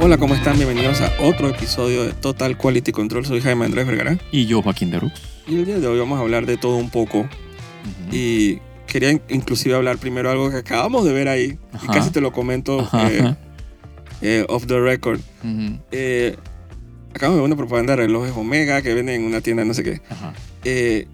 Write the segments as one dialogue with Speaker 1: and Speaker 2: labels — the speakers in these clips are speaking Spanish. Speaker 1: Hola, ¿cómo están? Bienvenidos a otro episodio de Total Quality Control. Soy Jaime Andrés Vergara.
Speaker 2: Y yo, Joaquín Darux.
Speaker 1: Y el día de hoy vamos a hablar de todo un poco.
Speaker 2: Ujú.
Speaker 1: Y quería in- inclusive hablar primero algo que acabamos de ver ahí. Y
Speaker 2: Ajá.
Speaker 1: casi te lo comento
Speaker 2: Ajá,
Speaker 1: eh,
Speaker 2: ajá.
Speaker 1: eh, off the record.
Speaker 2: Ujú,
Speaker 1: Eh, acabamos de ver una propaganda de relojes Omega que venden en una tienda no sé qué.
Speaker 2: ajá.
Speaker 1: Eh,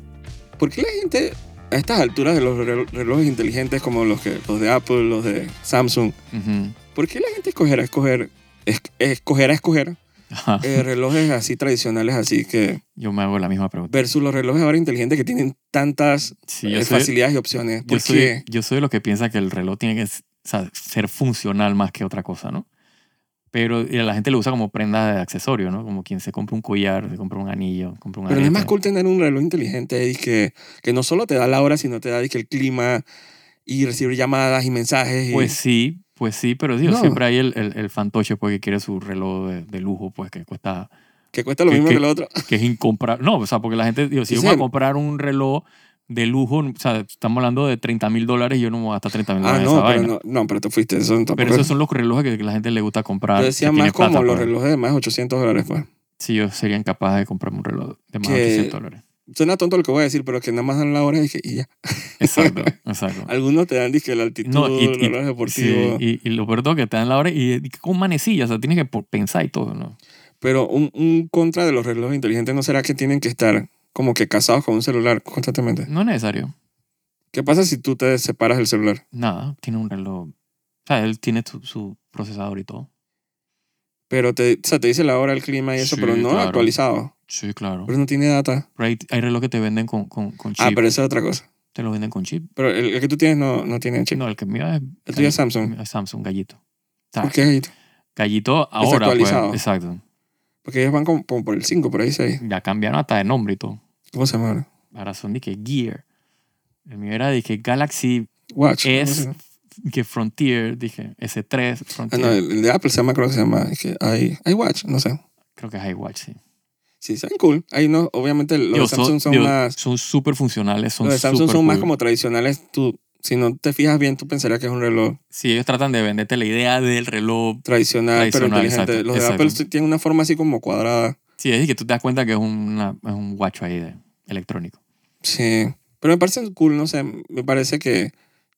Speaker 1: ¿Por qué la gente a estas alturas de los relo- relojes inteligentes como los, que, los de Apple, los de Samsung,
Speaker 2: Ujú,
Speaker 1: ¿por qué la gente escogerá escoger, es- escogerá escoger
Speaker 2: ajá.
Speaker 1: eh, relojes así tradicionales así que
Speaker 2: Yo me hago la misma pregunta.
Speaker 1: versus los relojes ahora inteligentes que tienen tantas
Speaker 2: Sí, yo
Speaker 1: eh,
Speaker 2: soy,
Speaker 1: facilidades y opciones?
Speaker 2: yo,
Speaker 1: ¿Por
Speaker 2: soy,
Speaker 1: qué?
Speaker 2: yo soy de los que piensa que el reloj tiene que s- o sea, ser funcional más que otra cosa, ¿no? Pero y a la gente lo usa como prenda de accesorio, ¿no? Como quien se compra un collar, se compra un anillo, compra un
Speaker 1: Pero no es
Speaker 2: arete.
Speaker 1: más cool tener un reloj inteligente y que, que no solo te da la hora, sino te da y que el clima y recibir llamadas y mensajes. Y,
Speaker 2: Pues sí, pues sí, pero digo,
Speaker 1: No.
Speaker 2: siempre hay el, el, el fantoche pues, que quiere su reloj de, de lujo, pues que cuesta,
Speaker 1: que cuesta lo
Speaker 2: que-
Speaker 1: mismo
Speaker 2: que-
Speaker 1: que lo otro.
Speaker 2: que es incomparable. No, o sea, porque la gente, digo, si yo
Speaker 1: Dice-
Speaker 2: voy a comprar un reloj de lujo, o sea, estamos hablando de 30 mil dólares y yo no me voy a gastar 30 mil
Speaker 1: Ah,
Speaker 2: dólares en
Speaker 1: no
Speaker 2: esa
Speaker 1: pero,
Speaker 2: vaina.
Speaker 1: no, no, pero tú fuiste. Eso tampoco
Speaker 2: Pero
Speaker 1: es-
Speaker 2: esos son los relojes que la gente le gusta comprar.
Speaker 1: Yo decía
Speaker 2: que tiene
Speaker 1: más como
Speaker 2: plata,
Speaker 1: los
Speaker 2: pues.
Speaker 1: relojes de más de 800 dólares, pues.
Speaker 2: Si yo serían capaces de comprarme un reloj de más
Speaker 1: Que-
Speaker 2: de 800 dólares.
Speaker 1: Suena tonto lo que voy a decir, pero que nada más dan la hora y, que, y ya.
Speaker 2: Exacto, exacto.
Speaker 1: Algunos te dan disque la altitud,
Speaker 2: No, y-
Speaker 1: los
Speaker 2: y-
Speaker 1: relojes
Speaker 2: Sí,
Speaker 1: deportivos.
Speaker 2: y, y lo peor de todo que te dan la hora y, y con manecillas, o sea, tienes que po- pensar y todo, ¿no?
Speaker 1: Pero un, un contra de los relojes inteligentes no será que tienen que estar como que casados con un celular constantemente.
Speaker 2: No es necesario.
Speaker 1: ¿Qué pasa si tú te separas del celular?
Speaker 2: Nada, tiene un reloj. O sea, él tiene su, su procesador y todo.
Speaker 1: Pero te, o sea, te dice la hora, el clima y eso,
Speaker 2: Sí,
Speaker 1: pero no
Speaker 2: claro.
Speaker 1: actualizado.
Speaker 2: Sí, claro.
Speaker 1: Pero no tiene data.
Speaker 2: Pero hay, hay relojes que te venden con, con, con chip.
Speaker 1: Ah, pero eso es otra cosa.
Speaker 2: Te lo venden con chip.
Speaker 1: Pero el, el que tú tienes no, no tiene chip.
Speaker 2: No, el que mío es.
Speaker 1: el tuyo es Samsung.
Speaker 2: es Eh, Samsung, gallito. O sea,
Speaker 1: ¿Por qué?
Speaker 2: Gallito ahora. pues,
Speaker 1: actualizado.
Speaker 2: exacto.
Speaker 1: Porque ellos van como, como por el 5, por ahí 6.
Speaker 2: Ya cambiaron hasta de nombre y todo.
Speaker 1: ¿Cómo se llama? ahora?
Speaker 2: Ahora son de que Gear. El mío era de que Galaxy,
Speaker 1: Watch. ¿cómo
Speaker 2: Es-
Speaker 1: se llama?
Speaker 2: que Frontier, dije
Speaker 1: Ah,
Speaker 2: S3,
Speaker 1: no,
Speaker 2: Frontier.
Speaker 1: el, el de Apple se llama, creo que se llama. es que hay, hay Watch, no sé.
Speaker 2: Creo que es iWatch, sí.
Speaker 1: Sí, son cool. Hay unos, obviamente, los
Speaker 2: Digo,
Speaker 1: de Samsung son
Speaker 2: digo,
Speaker 1: más.
Speaker 2: Son súper funcionales, son
Speaker 1: los de Samsung
Speaker 2: súper
Speaker 1: son más
Speaker 2: cool.
Speaker 1: como tradicionales. Tú, si no te fijas bien, tú pensarías que es un reloj
Speaker 2: Sí, ellos tratan de venderte la idea del reloj.
Speaker 1: tradicional, pero
Speaker 2: Tradicional,
Speaker 1: inteligente.
Speaker 2: exacto,
Speaker 1: los de
Speaker 2: exacto.
Speaker 1: Apple sí tienen una forma así como cuadrada.
Speaker 2: Sí, es que tú te das cuenta que es, una, es un guacho ahí de electrónico.
Speaker 1: Sí. Pero me parece cool, no sé. Me parece que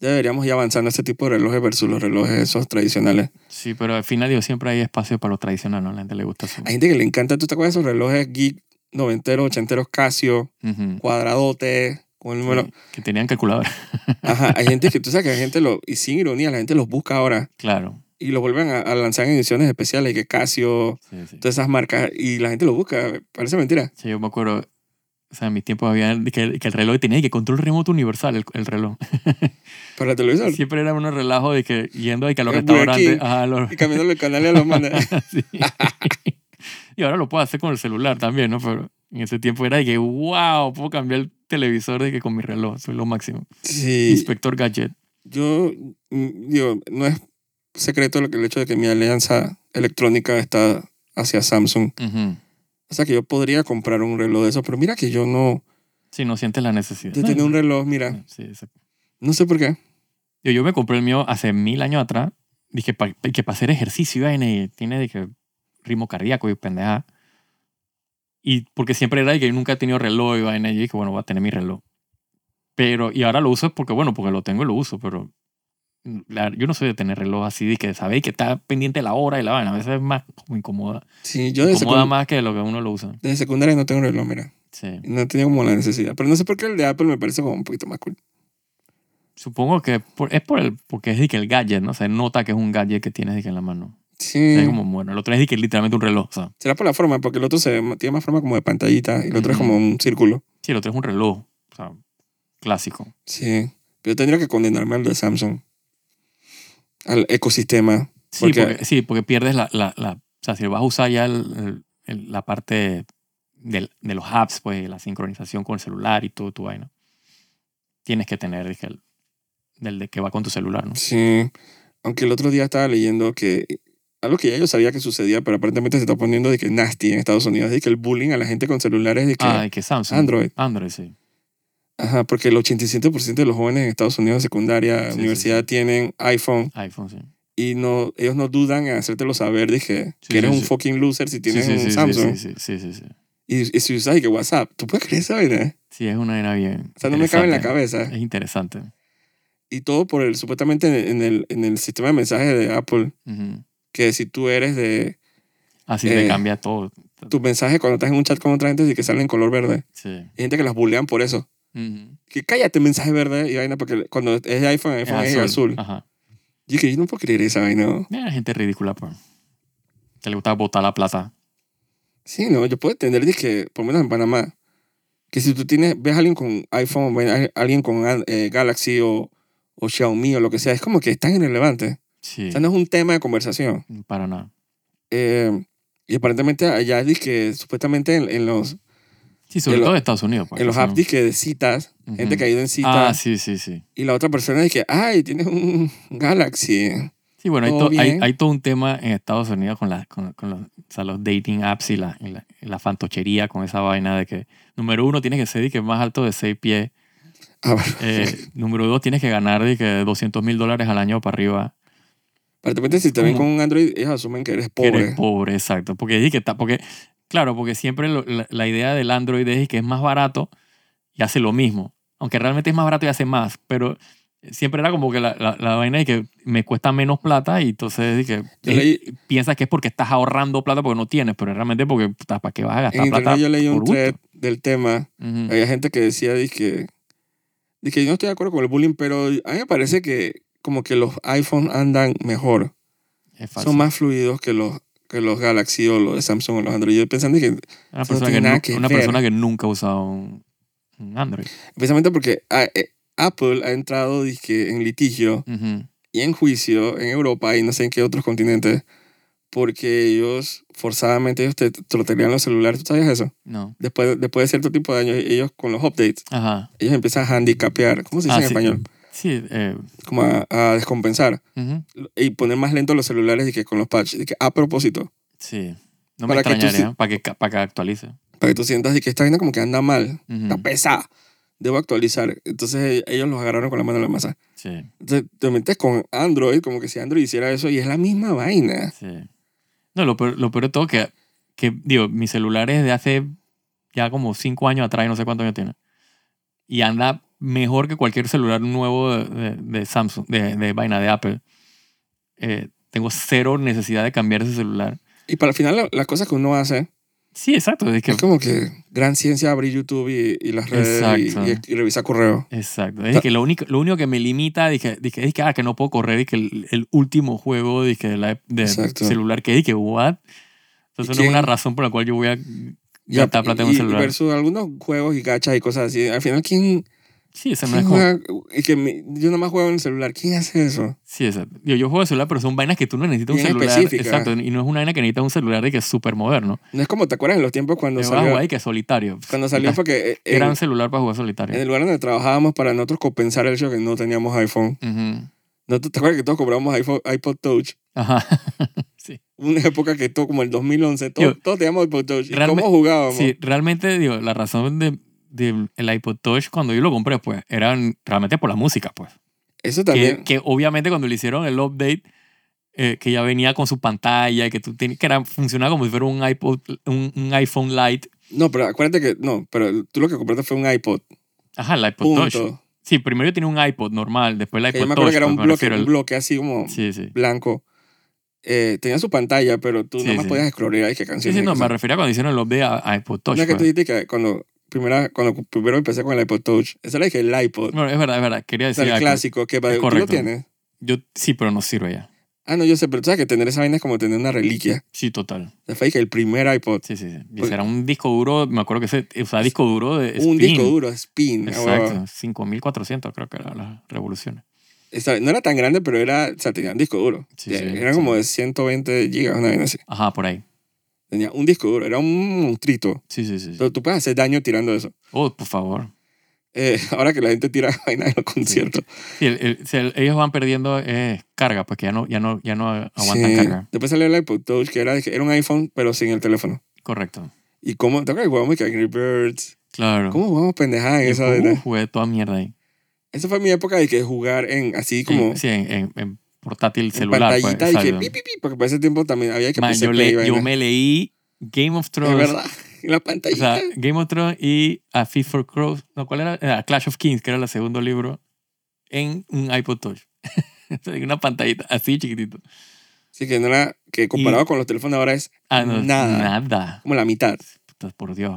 Speaker 1: ya deberíamos ir avanzando a este tipo de relojes versus los relojes esos tradicionales.
Speaker 2: Sí, pero al final digo, siempre hay espacio para lo tradicional, ¿no? A la gente le gusta su...
Speaker 1: Hay gente que le encanta, ¿tú te acuerdas de esos relojes geek noventeros, ochenteros, Casio,
Speaker 2: Ujú.
Speaker 1: cuadradote, con el número?
Speaker 2: Sí, que tenían calculadora.
Speaker 1: Ajá, hay gente que tú sabes que la gente lo, y sin ironía, la gente los busca ahora
Speaker 2: claro.
Speaker 1: y los vuelven a, a lanzar en ediciones especiales, que Casio,
Speaker 2: Sí, sí.
Speaker 1: todas esas marcas, y la gente los busca, parece mentira.
Speaker 2: Sí, yo me acuerdo, o sea, en mis tiempos había el- que, que el reloj tenía que control remoto universal, el, el reloj.
Speaker 1: Para el televisor.
Speaker 2: Siempre era un relajo de que yendo de que a los
Speaker 1: El Burger
Speaker 2: restaurantes.
Speaker 1: King.
Speaker 2: ajá, a los-
Speaker 1: Y cambiándole el canal a los manes.
Speaker 2: sí. y ahora lo puedo hacer con el celular también, ¿no? Pero en ese tiempo era de que, wow, puedo cambiar el televisor de que con mi reloj, soy lo máximo.
Speaker 1: Sí.
Speaker 2: Inspector Gadget.
Speaker 1: Yo, mm, digo, no es secreto lo que- el hecho de que mi alianza electrónica está hacia Samsung.
Speaker 2: Ujú.
Speaker 1: O sea que yo podría comprar un reloj de esos, pero mira que yo no.
Speaker 2: Sí, no sientes la necesidad.
Speaker 1: Yo tenía un reloj, mira,
Speaker 2: Sí, exacto.
Speaker 1: no sé por qué.
Speaker 2: Yo, yo me compré el mío hace mil años atrás. Dije, pa- que para hacer ejercicio, y vaina, y tiene dije, ritmo cardíaco y pendeja. Y porque siempre era de que yo nunca he tenido reloj y vaina. Y yo dije, bueno, voy a tener mi reloj. Pero, y ahora lo uso es porque, bueno, porque lo tengo y lo uso, pero la- yo no soy de tener reloj así, de que sabéis que está pendiente la hora y la vaina. A veces es más como incomoda.
Speaker 1: Sí, yo de,
Speaker 2: Incomoda
Speaker 1: secund-
Speaker 2: más que lo que uno lo usa.
Speaker 1: de secundaria no tengo reloj, mira.
Speaker 2: Sí.
Speaker 1: No tenía como la necesidad. Pero no sé por qué el de Apple me parece como un poquito más cool.
Speaker 2: Supongo que por- es por el, porque es de que el gadget, ¿no? Se nota que es un gadget que tienes de que en la mano.
Speaker 1: Sí.
Speaker 2: Es como, bueno, el otro es de que literalmente un reloj, o sea.
Speaker 1: Será por la forma, porque el otro se ve- tiene más forma como de pantallita y el otro es
Speaker 2: Ujú.
Speaker 1: como un círculo.
Speaker 2: Sí, el otro es un reloj. O sea, clásico.
Speaker 1: Sí. Yo tendría que condenarme al de Samsung. Al ecosistema.
Speaker 2: Sí,
Speaker 1: Porque-
Speaker 2: porque, sí, porque pierdes la, la, la- O sea, si vas a usar ya el- el- el- la parte del- de los apps, pues la sincronización con el celular y todo tu vaina. Tienes que tener, dije, el, del de que va con tu celular, ¿no?
Speaker 1: Sí. Aunque el otro día estaba leyendo que algo que ya yo sabía que sucedía, pero aparentemente se está poniendo de que nasty en Estados Unidos, de que el bullying a la gente con celulares de que
Speaker 2: Ah, y que Samsung.
Speaker 1: Android.
Speaker 2: Android, sí.
Speaker 1: Ajá, porque el 87% de los jóvenes en Estados Unidos, secundaria,
Speaker 2: Sí, sí,
Speaker 1: universidad,
Speaker 2: sí.
Speaker 1: tienen iPhone
Speaker 2: iPhone, sí.
Speaker 1: y no, ellos no dudan en hacértelo saber, dije,
Speaker 2: Sí,
Speaker 1: que eres
Speaker 2: sí,
Speaker 1: un
Speaker 2: sí.
Speaker 1: fucking loser si tienes
Speaker 2: sí, sí,
Speaker 1: un
Speaker 2: sí,
Speaker 1: Samsung.
Speaker 2: Sí, sí, sí, sí, sí.
Speaker 1: Y, y si usas y que WhatsApp, ¿tú puedes creer esa vaina?
Speaker 2: Sí, es una era bien.
Speaker 1: O sea, no me cabe en la
Speaker 2: interesante.
Speaker 1: cabeza.
Speaker 2: Es interesante.
Speaker 1: Y todo por el, supuestamente en el, en el sistema de mensajes de Apple,
Speaker 2: Ujú.
Speaker 1: que si tú eres de,
Speaker 2: Así te
Speaker 1: Eh,
Speaker 2: cambia todo.
Speaker 1: tus mensajes cuando estás en un chat con otra gente y que salen en color verde.
Speaker 2: Sí.
Speaker 1: Hay gente que las bullean por eso.
Speaker 2: Ujú.
Speaker 1: Que cállate, mensaje verde y vaina, porque cuando es de iPhone,
Speaker 2: Es
Speaker 1: iPhone es azul.
Speaker 2: Ajá.
Speaker 1: Y es que yo no puedo creer esa vaina.
Speaker 2: Mira, Eh, gente ridícula, por. Que le gusta botar la plata.
Speaker 1: Sí, no, yo puedo entender, dije, por lo menos en Panamá, que si tú tienes, ves a alguien con iPhone, ven a alguien con eh, Galaxy o, o Xiaomi o lo que sea, es como que están irrelevantes.
Speaker 2: Sí.
Speaker 1: O sea, no es un tema de conversación.
Speaker 2: Para nada.
Speaker 1: Eh, y aparentemente allá dice que supuestamente en, en los,
Speaker 2: Sí, sobre
Speaker 1: En lo-
Speaker 2: todo en Estados Unidos. pues,
Speaker 1: en los
Speaker 2: que son-
Speaker 1: apps dice que de citas,
Speaker 2: Ujú.
Speaker 1: gente que ha ido en
Speaker 2: Ah,
Speaker 1: citas,
Speaker 2: sí, sí, sí.
Speaker 1: y la otra persona dice que, ay, tienes un Galaxy.
Speaker 2: Sí, bueno, hay,
Speaker 1: Todo
Speaker 2: to- hay,
Speaker 1: bien.
Speaker 2: hay todo un tema en Estados Unidos con, las con, con los, o sea, los dating apps y la, y la, y la fantochería con esa vaina de que, número uno, tienes que ser y que más alto de seis pies.
Speaker 1: Ah, bueno.
Speaker 2: Eh, número dos, tienes que ganar de que 200 mil dólares al año para arriba.
Speaker 1: Aparentemente si te ven
Speaker 2: ¿cómo?
Speaker 1: con un Android, ellos asumen que eres
Speaker 2: Que
Speaker 1: pobre.
Speaker 2: eres pobre, exacto. Porque, dije que está, porque claro, porque siempre lo- la, la idea del Android es que es más barato y hace lo mismo. Aunque realmente es más barato y hace más, pero siempre era como que la, la, la vaina de que me cuesta menos plata y entonces dije,
Speaker 1: Yo leí-
Speaker 2: piensas que es porque estás ahorrando plata porque no tienes, pero es realmente porque puta, ¿para qué vas a
Speaker 1: en
Speaker 2: gastar
Speaker 1: internet
Speaker 2: plata?
Speaker 1: yo leí un
Speaker 2: por gusto?
Speaker 1: thread del tema.
Speaker 2: Ujú.
Speaker 1: Había gente que decía, dije, dije, yo no estoy de acuerdo con el bullying, pero a mí me parece que como que los iPhone andan mejor.
Speaker 2: Es falso.
Speaker 1: Son más fluidos que los, que los Galaxy o los de Samsung o los Android. Yo pensando que,
Speaker 2: una
Speaker 1: no
Speaker 2: persona,
Speaker 1: tiene
Speaker 2: que,
Speaker 1: nada
Speaker 2: nu-
Speaker 1: que
Speaker 2: una
Speaker 1: ver.
Speaker 2: persona que nunca ha usado un, un Android.
Speaker 1: precisamente porque ah, eh, Apple ha entrado, dije, en litigio
Speaker 2: Ujú.
Speaker 1: y en juicio en Europa y no sé en qué otros continentes, porque ellos forzadamente ellos te trotean los celulares. ¿Tú sabías eso?
Speaker 2: No.
Speaker 1: Después, después de cierto tipo de años, ellos con los updates,
Speaker 2: Ajá.
Speaker 1: ellos empiezan a handicapear, ¿cómo se dice
Speaker 2: Ah,
Speaker 1: en
Speaker 2: sí.
Speaker 1: español?
Speaker 2: Sí. eh,
Speaker 1: Como a, a descompensar
Speaker 2: ujú.
Speaker 1: y poner más lento los celulares y que con los patches. Y que a propósito,
Speaker 2: Sí. No me
Speaker 1: Para que tú
Speaker 2: extrañaría
Speaker 1: sí-
Speaker 2: para que, ca- para que actualice.
Speaker 1: para que tú sientas y que esta vaina como que anda mal,
Speaker 2: Ujú.
Speaker 1: está pesada, debo actualizar. Entonces e, ellos los agarraron con la mano en la masa.
Speaker 2: Sí,
Speaker 1: Entonces te metes con Android, como que si Android hiciera eso y es la misma vaina.
Speaker 2: sí. No, lo peor, lo peor de todo que, que, digo, mi celular es de hace ya como cinco años atrás, no sé cuántos años tiene. Y anda mejor que cualquier celular nuevo de, de- de Samsung, de, de vaina de Apple. Eh, tengo cero necesidad de cambiar ese celular.
Speaker 1: Y para el final, la- las cosas que uno hace
Speaker 2: Sí, exacto. Es que,
Speaker 1: es como que gran ciencia abrir YouTube y, y las redes y,
Speaker 2: Exacto.
Speaker 1: y- y revisar correo.
Speaker 2: exacto. Es que lo único, lo único que me limita, dije, dije, es que, ah, que no puedo correr, y que el, el último juego dije, de, la, de
Speaker 1: Exacto.
Speaker 2: celular que dije, what? Entonces no es
Speaker 1: quién-
Speaker 2: una razón por la cual yo voy a
Speaker 1: Ya,
Speaker 2: gastar plata en
Speaker 1: y-
Speaker 2: un
Speaker 1: y
Speaker 2: celular.
Speaker 1: versus algunos juegos y gachas y cosas así. Al final, ¿quién,
Speaker 2: Sí, esa no
Speaker 1: quién
Speaker 2: es como...
Speaker 1: juega? Y que mi- yo nada más juego en el celular. ¿Quién hace eso?
Speaker 2: Sí, exacto. Yo, yo juego de celular, pero son vainas que tú no necesitas un
Speaker 1: Bien
Speaker 2: celular.
Speaker 1: específica.
Speaker 2: Exacto. Y no es una vaina que necesita un celular de que es súper moderno.
Speaker 1: No es como te acuerdas en los tiempos cuando
Speaker 2: Te vas a
Speaker 1: salió.
Speaker 2: jugar y que es solitario.
Speaker 1: Cuando salió
Speaker 2: Puta,
Speaker 1: porque eh,
Speaker 2: ah, Gran
Speaker 1: en,
Speaker 2: celular para jugar solitario.
Speaker 1: en el lugar donde trabajábamos para nosotros compensar el hecho de que no teníamos iPhone.
Speaker 2: Ujú.
Speaker 1: ¿No te, te acuerdas que todos compramos iPhone, iPod Touch?
Speaker 2: Ajá. sí.
Speaker 1: Una época que todo, como el 2011, todo-
Speaker 2: Yo-
Speaker 1: todos teníamos iPod Touch. ¿Y
Speaker 2: Realme-
Speaker 1: cómo jugábamos?
Speaker 2: Sí, realmente, digo, la razón de, de el iPod Touch cuando yo lo compré, pues, eran realmente por la música, pues.
Speaker 1: Eso
Speaker 2: Que,
Speaker 1: también.
Speaker 2: que obviamente cuando le hicieron el update, eh, que ya venía con su pantalla, y que tú tenías- que era, funcionaba como si fuera un, iPod, un, un iPhone Lite.
Speaker 1: No, pero acuérdate que. No, pero tú lo que compraste fue un iPod.
Speaker 2: Ajá, el iPod
Speaker 1: Punto.
Speaker 2: Touch. Sí, primero yo tenía un iPod normal, después el iPod
Speaker 1: Que yo me acuerdo
Speaker 2: Touch.
Speaker 1: que era un
Speaker 2: pues, me
Speaker 1: bloque,
Speaker 2: refiero
Speaker 1: un
Speaker 2: al-
Speaker 1: bloque así como
Speaker 2: Sí, sí.
Speaker 1: blanco. Eh, tenía su pantalla, pero tú
Speaker 2: Sí,
Speaker 1: nomás
Speaker 2: sí.
Speaker 1: podías explorar y que
Speaker 2: Sí,
Speaker 1: canciones.
Speaker 2: sí,
Speaker 1: y
Speaker 2: no, me
Speaker 1: cosas.
Speaker 2: refería cuando hicieron el update a, a iPod Touch.
Speaker 1: Una que tú
Speaker 2: pues.
Speaker 1: dijiste que cuando, primera, cuando primero empecé con el iPod Touch, esa era que el iPod.
Speaker 2: Bueno, es verdad, es verdad. Quería
Speaker 1: o sea,
Speaker 2: decir
Speaker 1: el
Speaker 2: iPod.
Speaker 1: clásico, que para- tú lo
Speaker 2: correcto.
Speaker 1: tienes.
Speaker 2: Yo sí, pero no sirve ya.
Speaker 1: Ah, no, yo sé, pero tú sabes que tener esa vaina es como tener una reliquia.
Speaker 2: Sí, total.
Speaker 1: O sea, fue que el primer iPod,
Speaker 2: Sí, sí, sí. Y
Speaker 1: Oye.
Speaker 2: ese era un disco duro, me acuerdo que ese usaba disco duro de
Speaker 1: Pues un
Speaker 2: Spin.
Speaker 1: disco duro, Spin. ah,
Speaker 2: Exacto,
Speaker 1: wow.
Speaker 2: 5400 creo que era las revoluciones.
Speaker 1: Esa- no era tan grande, pero era, o sea, tenía un disco duro.
Speaker 2: Sí, sí,
Speaker 1: era
Speaker 2: sí.
Speaker 1: como de 120 gigas, una vaina así.
Speaker 2: Ajá, por ahí.
Speaker 1: Tenía un disco duro, era un monstruito.
Speaker 2: Sí, sí, sí. sí.
Speaker 1: Pero tú puedes hacer daño tirando eso.
Speaker 2: Oh, por favor.
Speaker 1: Eh, ahora que la gente tira vainas en los conciertos.
Speaker 2: Sí, el- el- si el- ellos van perdiendo eh, carga, pues que ya no, ya no, ya no aguantan
Speaker 1: Sí.
Speaker 2: carga.
Speaker 1: Después salió el iPod Touch, que era, de que era un iPhone, pero sin el teléfono.
Speaker 2: Correcto.
Speaker 1: ¿Y cómo? ¿Te acuerdas que jugamos que Angry Birds?
Speaker 2: Claro.
Speaker 1: ¿Cómo jugamos pendejadas en
Speaker 2: Yo
Speaker 1: esa
Speaker 2: jugué-
Speaker 1: vaina?
Speaker 2: jugué toda mierda ahí.
Speaker 1: Esa fue mi época de que jugar en así como...
Speaker 2: Sí, en, en- en portátil
Speaker 1: En
Speaker 2: celular. pues,
Speaker 1: pantallita y que
Speaker 2: exacto.
Speaker 1: pi, pi, pi, porque para ese tiempo también había que
Speaker 2: Man,
Speaker 1: PC
Speaker 2: yo,
Speaker 1: Play,
Speaker 2: le- yo
Speaker 1: vaina.
Speaker 2: me leí Game of
Speaker 1: Es
Speaker 2: Thrones.
Speaker 1: verdad, en la
Speaker 2: O
Speaker 1: pantallita.
Speaker 2: sea, Game of Thrones y A Fit for Crows. No, ¿cuál era? Ah, Clash of Kings, que era el segundo libro, en un iPod Touch. En una pantallita así chiquitito.
Speaker 1: Así que no era, que comparado con los teléfonos ahora es
Speaker 2: Ah, no,
Speaker 1: Nada.
Speaker 2: Nada.
Speaker 1: como la mitad.
Speaker 2: Puta, por Dios.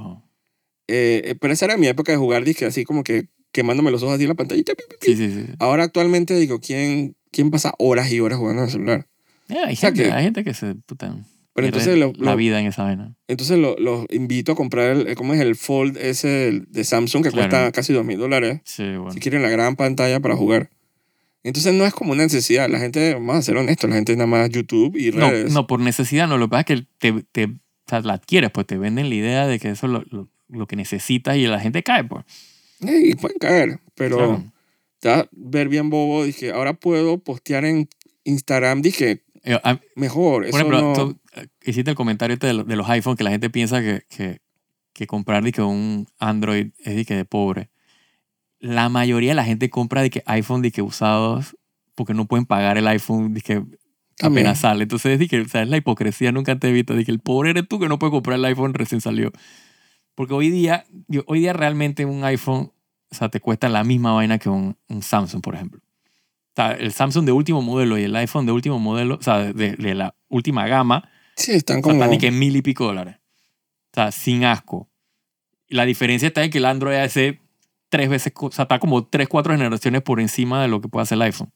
Speaker 1: Eh, eh, pero esa era mi época de jugar, dije, así como que quemándome los ojos así en la pantallita. pi, pi, pi.
Speaker 2: Sí, sí, sí.
Speaker 1: Ahora actualmente digo, ¿quién, ¿quién pasa horas y horas jugando en el celular?
Speaker 2: Eh, hay,
Speaker 1: O sea
Speaker 2: gente,
Speaker 1: que-
Speaker 2: hay gente que se puta,
Speaker 1: Pero
Speaker 2: pierde
Speaker 1: entonces, lo- lo-
Speaker 2: la vida en esa vaina.
Speaker 1: entonces lo- los invito a comprar, el, eh, ¿cómo es el Fold ese el de Samsung que
Speaker 2: Claro.
Speaker 1: cuesta casi dos mil dólares?
Speaker 2: Sí, bueno.
Speaker 1: Si quieren la gran pantalla para jugar. Entonces no es como una necesidad. La gente, vamos a ser honestos, la gente nada más YouTube y
Speaker 2: No,
Speaker 1: redes.
Speaker 2: no, por necesidad no. Lo que pasa es que te, te, o sea, la adquieres, pues te venden la idea de que eso es lo, lo, lo que necesitas y la gente cae, pues.
Speaker 1: Eh, y pueden caer, pero...
Speaker 2: Claro.
Speaker 1: te vas a ver bien bobo, dije, ahora puedo postear en Instagram, dije,
Speaker 2: Eh, a-
Speaker 1: mejor, eso
Speaker 2: Por ejemplo,
Speaker 1: no...
Speaker 2: tú, eh, hiciste el comentario este de, lo- de los iPhones que la gente piensa que, que, que comprar de que un Android es de que de pobre. La mayoría de la gente compra de que iPhone de que usados porque no pueden pagar el iPhone de que
Speaker 1: también.
Speaker 2: apenas sale. Entonces, de que, o sea, es la hipocresía nunca te evita. De que el pobre eres tú que no puede comprar el iPhone recién salió. Porque hoy día, yo- hoy día realmente un iPhone, o sea, te cuesta la misma vaina que un, un Samsung, por ejemplo. O sea, el Samsung de último modelo y el iPhone de último modelo, o sea, de- de- de la última gama,
Speaker 1: Sí, están
Speaker 2: o sea,
Speaker 1: como...
Speaker 2: están de que mil y pico dólares. O sea, sin asco. Y La diferencia está en que el Android hace tres veces, co- o sea, está como tres, cuatro generaciones por encima de lo que puede hacer el iPhone.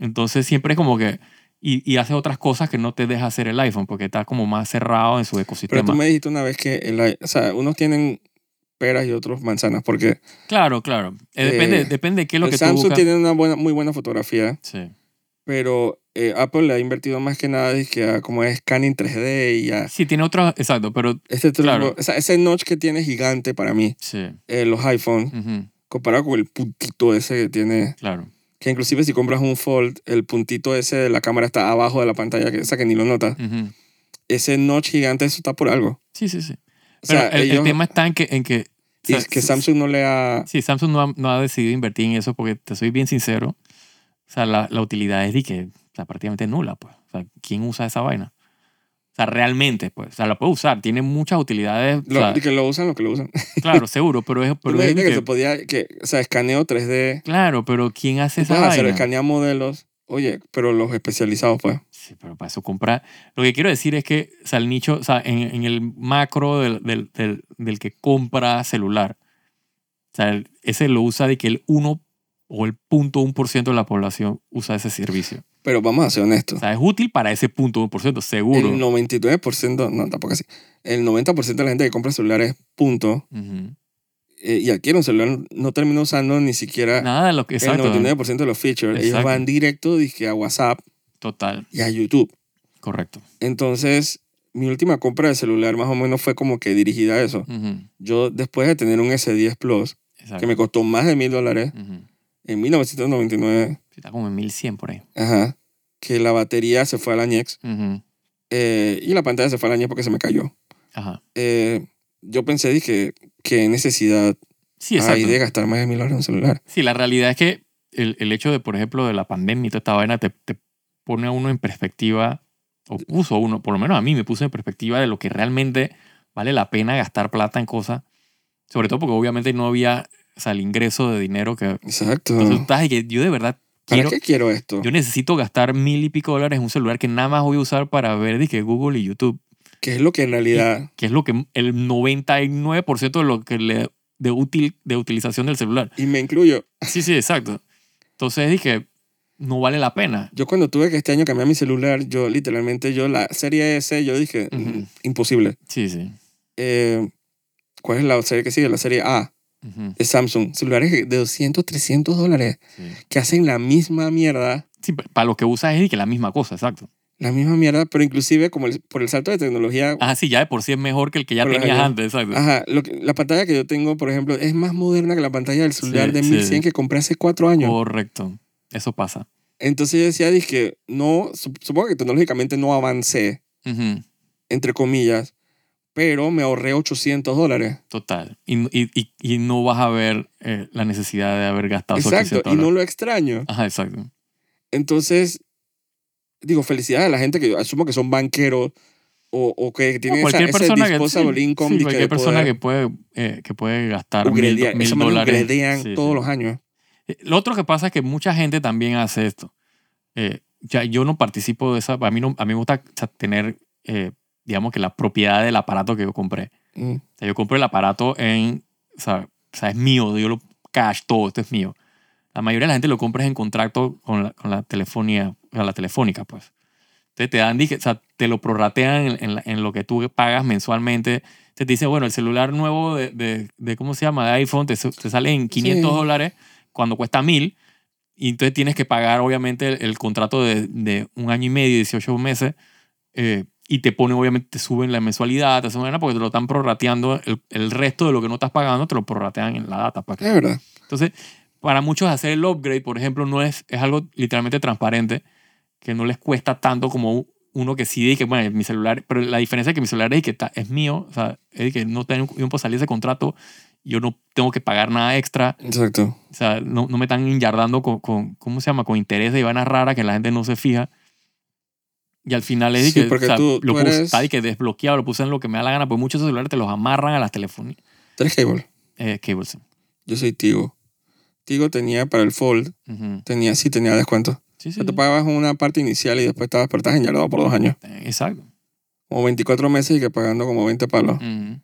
Speaker 2: Entonces siempre es como que, y, y hace otras cosas que no te deja hacer el iPhone, porque está como más cerrado en su
Speaker 1: Pero tú
Speaker 2: ecosistema.
Speaker 1: me dijiste una vez que, el i- o sea, unos tienen peras y otros manzanas, porque
Speaker 2: Claro, claro. Eh, depende,
Speaker 1: Eh,
Speaker 2: depende de qué es lo
Speaker 1: el
Speaker 2: que tú
Speaker 1: Samsung
Speaker 2: buscas.
Speaker 1: tiene una buena, muy buena fotografía,
Speaker 2: Sí,
Speaker 1: pero eh, Apple le ha invertido más que nada, dije, a como es scanning 3D y a
Speaker 2: sí, tiene otras, exacto, pero
Speaker 1: este truco,
Speaker 2: Claro.
Speaker 1: o sea, ese notch que tiene gigante para mí,
Speaker 2: sí,
Speaker 1: eh, los iPhones,
Speaker 2: ujú,
Speaker 1: comparado con el puntito ese que tiene...
Speaker 2: claro.
Speaker 1: Que inclusive si compras un Fold, el puntito ese de la cámara está abajo de la pantalla, que, o sea, que ni lo notas.
Speaker 2: ujú.
Speaker 1: ese notch gigante, eso está por algo.
Speaker 2: Sí, sí, sí.
Speaker 1: O
Speaker 2: Pero
Speaker 1: sea,
Speaker 2: el, el
Speaker 1: ellos-
Speaker 2: tema está en que... En que o
Speaker 1: y
Speaker 2: sea,
Speaker 1: es que Samsung no le ha...
Speaker 2: Sí, Samsung no ha, no ha decidido invertir en eso porque te soy bien sincero. O sea, la, la utilidad es de que o sea, prácticamente nula, pues. O sea, ¿quién usa esa vaina? O sea, realmente, pues. O sea, la puede usar. Tiene muchas utilidades. o
Speaker 1: Lo,
Speaker 2: sea,
Speaker 1: y que lo usan lo que lo usan.
Speaker 2: claro, seguro, pero es.
Speaker 1: Pero
Speaker 2: Pero es de
Speaker 1: que,
Speaker 2: que-
Speaker 1: se podía... Que, o sea, escaneo 3D.
Speaker 2: claro, pero ¿quién hace
Speaker 1: Tú
Speaker 2: esa
Speaker 1: puedes hacer,
Speaker 2: vaina?
Speaker 1: escanear modelos. Oye, pero los especializados, pues.
Speaker 2: Sí, pero para eso comprar. Lo que quiero decir es que, o sea, el nicho, o sea, en, en el macro del, del, del, del que compra celular, o sea, el- ese lo usa de que el 1 o el 0.1% de la población usa ese servicio.
Speaker 1: Pero vamos a ser
Speaker 2: O
Speaker 1: honestos.
Speaker 2: sea, es útil para ese punto 1%,
Speaker 1: El
Speaker 2: seguro.
Speaker 1: 99%, no, tampoco así. El 90% de la gente que compra celulares, punto,
Speaker 2: Ujú.
Speaker 1: eh, y adquiere un celular, no termina usando ni siquiera
Speaker 2: Nada de lo que...
Speaker 1: el
Speaker 2: Exacto.
Speaker 1: 99% de los features. Ellos
Speaker 2: Exacto.
Speaker 1: van directo dizque, a WhatsApp
Speaker 2: Total,
Speaker 1: y a YouTube.
Speaker 2: correcto.
Speaker 1: Entonces, mi última compra de celular más o menos fue como que dirigida a eso.
Speaker 2: Ujú.
Speaker 1: Yo, después de tener un S10 Plus, que
Speaker 2: Exacto.
Speaker 1: me costó más de mil dólares,
Speaker 2: Ujú.
Speaker 1: en 1999,
Speaker 2: Está como en 1100 por ahí.
Speaker 1: ajá, que la batería se fue a la ñex
Speaker 2: Ujú.
Speaker 1: eh, y la pantalla se fue a la ñex porque se me cayó.
Speaker 2: Ajá.
Speaker 1: Eh, yo pensé, dije, qué necesidad
Speaker 2: Sí,
Speaker 1: hay
Speaker 2: exacto.
Speaker 1: de gastar más de mil dólares en un celular.
Speaker 2: Sí, la realidad es que el, el hecho de, por ejemplo, de la pandemia y toda esta vaina te, te pone a uno en perspectiva, o puso a uno, por lo menos a mí me puso en perspectiva de lo que realmente vale la pena gastar plata en cosas. Sobre todo porque obviamente no había, o sea, el ingreso de dinero que...
Speaker 1: Exacto.
Speaker 2: Entonces tú estás de que yo de verdad
Speaker 1: ¿Para
Speaker 2: quiero...
Speaker 1: qué quiero esto?
Speaker 2: Yo necesito gastar mil y pico dólares en un celular que nada más voy a usar para ver que Google y YouTube,
Speaker 1: ¿Qué es lo que en realidad...
Speaker 2: que es lo que el 99% de lo que le de útil de utilización del celular.
Speaker 1: Y me incluyo.
Speaker 2: Sí, sí, exacto. Entonces dije, no vale la pena.
Speaker 1: Yo cuando tuve que este año cambiar mi celular, yo literalmente, yo la serie S, yo dije,
Speaker 2: Ujú.
Speaker 1: "Mm, imposible.
Speaker 2: Sí, sí.
Speaker 1: eh, ¿cuál es la serie que sigue? La serie A
Speaker 2: Ujú,
Speaker 1: de Samsung. Celulares de 200, 300 dólares
Speaker 2: sí.
Speaker 1: que hacen la misma mierda,
Speaker 2: Sí, pa- para lo que usas es de que la misma cosa, exacto.
Speaker 1: la misma mierda, pero inclusive como el- por el salto de tecnología.
Speaker 2: Ah, sí, ya de por sí es mejor que el que ya
Speaker 1: Con la
Speaker 2: tenías
Speaker 1: galleta.
Speaker 2: antes, exacto.
Speaker 1: Ajá, lo que- la pantalla que yo tengo, por ejemplo, es más moderna que la pantalla del celular
Speaker 2: Sí,
Speaker 1: de
Speaker 2: sí.
Speaker 1: 1100 que compré hace cuatro años.
Speaker 2: Correcto. Eso pasa.
Speaker 1: Entonces yo decía, dije, no, sup- supongo que tecnológicamente no avancé,
Speaker 2: Ujú,
Speaker 1: entre comillas, pero me ahorré 800 dólares.
Speaker 2: Total. Y, y- y- y no vas a ver eh, la necesidad de haber gastado esos
Speaker 1: Exacto,
Speaker 2: 800
Speaker 1: y no
Speaker 2: dólares.
Speaker 1: lo extraño.
Speaker 2: Ajá, exacto.
Speaker 1: Entonces, digo, felicidades a la gente que yo asumo que son banqueros o, o que tienen esa,
Speaker 2: cualquier
Speaker 1: ese
Speaker 2: persona que
Speaker 1: disposable
Speaker 2: sí,
Speaker 1: income
Speaker 2: sí,
Speaker 1: de que
Speaker 2: cualquier persona
Speaker 1: poder
Speaker 2: que puede eh, que puede gastar mil,
Speaker 1: upgradear.
Speaker 2: mil
Speaker 1: Eso me lo
Speaker 2: dólares
Speaker 1: upgradean
Speaker 2: Sí,
Speaker 1: todos
Speaker 2: sí.
Speaker 1: los años.
Speaker 2: Lo otro que pasa es que mucha gente también hace esto. Eh, ya yo no participo de esa. A mí, no, a mí me gusta o sea, tener, eh, digamos que la propiedad del aparato que yo compré.
Speaker 1: Mm.
Speaker 2: O sea, yo compré el aparato en. O sea, o sea, es mío, yo lo cash, todo esto es mío. La mayoría de la gente lo compra es en contrato con la, con la telefonía, con la telefónica, pues. Entonces te dan, dije, o sea, te lo prorratean en, en la- en lo que tú pagas mensualmente. Entonces te dice, bueno, el celular nuevo de, de- de- ¿cómo se llama? De iPhone te, su- te sale en 500
Speaker 1: Sí.
Speaker 2: dólares cuando cuesta 1000. Y entonces tienes que pagar, obviamente, el, el contrato de, de un año y medio, 18 meses. eh, y te pone, obviamente, te suben la mensualidad, te suben, porque te lo están prorrateando. El, el resto de lo que no estás pagando te lo prorratean en la data. Para que
Speaker 1: Es verdad.
Speaker 2: entonces, para muchos hacer el upgrade, por ejemplo, no es, es algo literalmente transparente, que no les cuesta tanto como u- uno que sí dice que, bueno, mi celular, pero la diferencia es que mi celular es que está- es mío, o sea, es que no tengo yo puedo salir de ese contrato, yo no tengo que pagar nada extra,
Speaker 1: Exacto.
Speaker 2: o sea, no, no me están inyardando con, con, ¿cómo se llama? Con intereses y vainas raras que la gente no se fija. Y al final es de
Speaker 1: Sí,
Speaker 2: que,
Speaker 1: porque
Speaker 2: o sea,
Speaker 1: tú-
Speaker 2: lo
Speaker 1: tú
Speaker 2: puse,
Speaker 1: eres-
Speaker 2: está de que desbloqueado, lo puse en lo que me da la gana, porque muchos celulares te los amarran a las telefonías.
Speaker 1: Tres cable.
Speaker 2: Eh, cables.
Speaker 1: Yo soy Tigo. Tigo tenía para el Fold,
Speaker 2: Ujú.
Speaker 1: tenía, sí tenía descuento.
Speaker 2: Sí, sí.
Speaker 1: Pero Te pagabas una parte inicial y después estabas apartado en Yalaba por dos años.
Speaker 2: Eh, Exacto.
Speaker 1: Como 24 meses y que pagando como 20 palos.
Speaker 2: Ujú.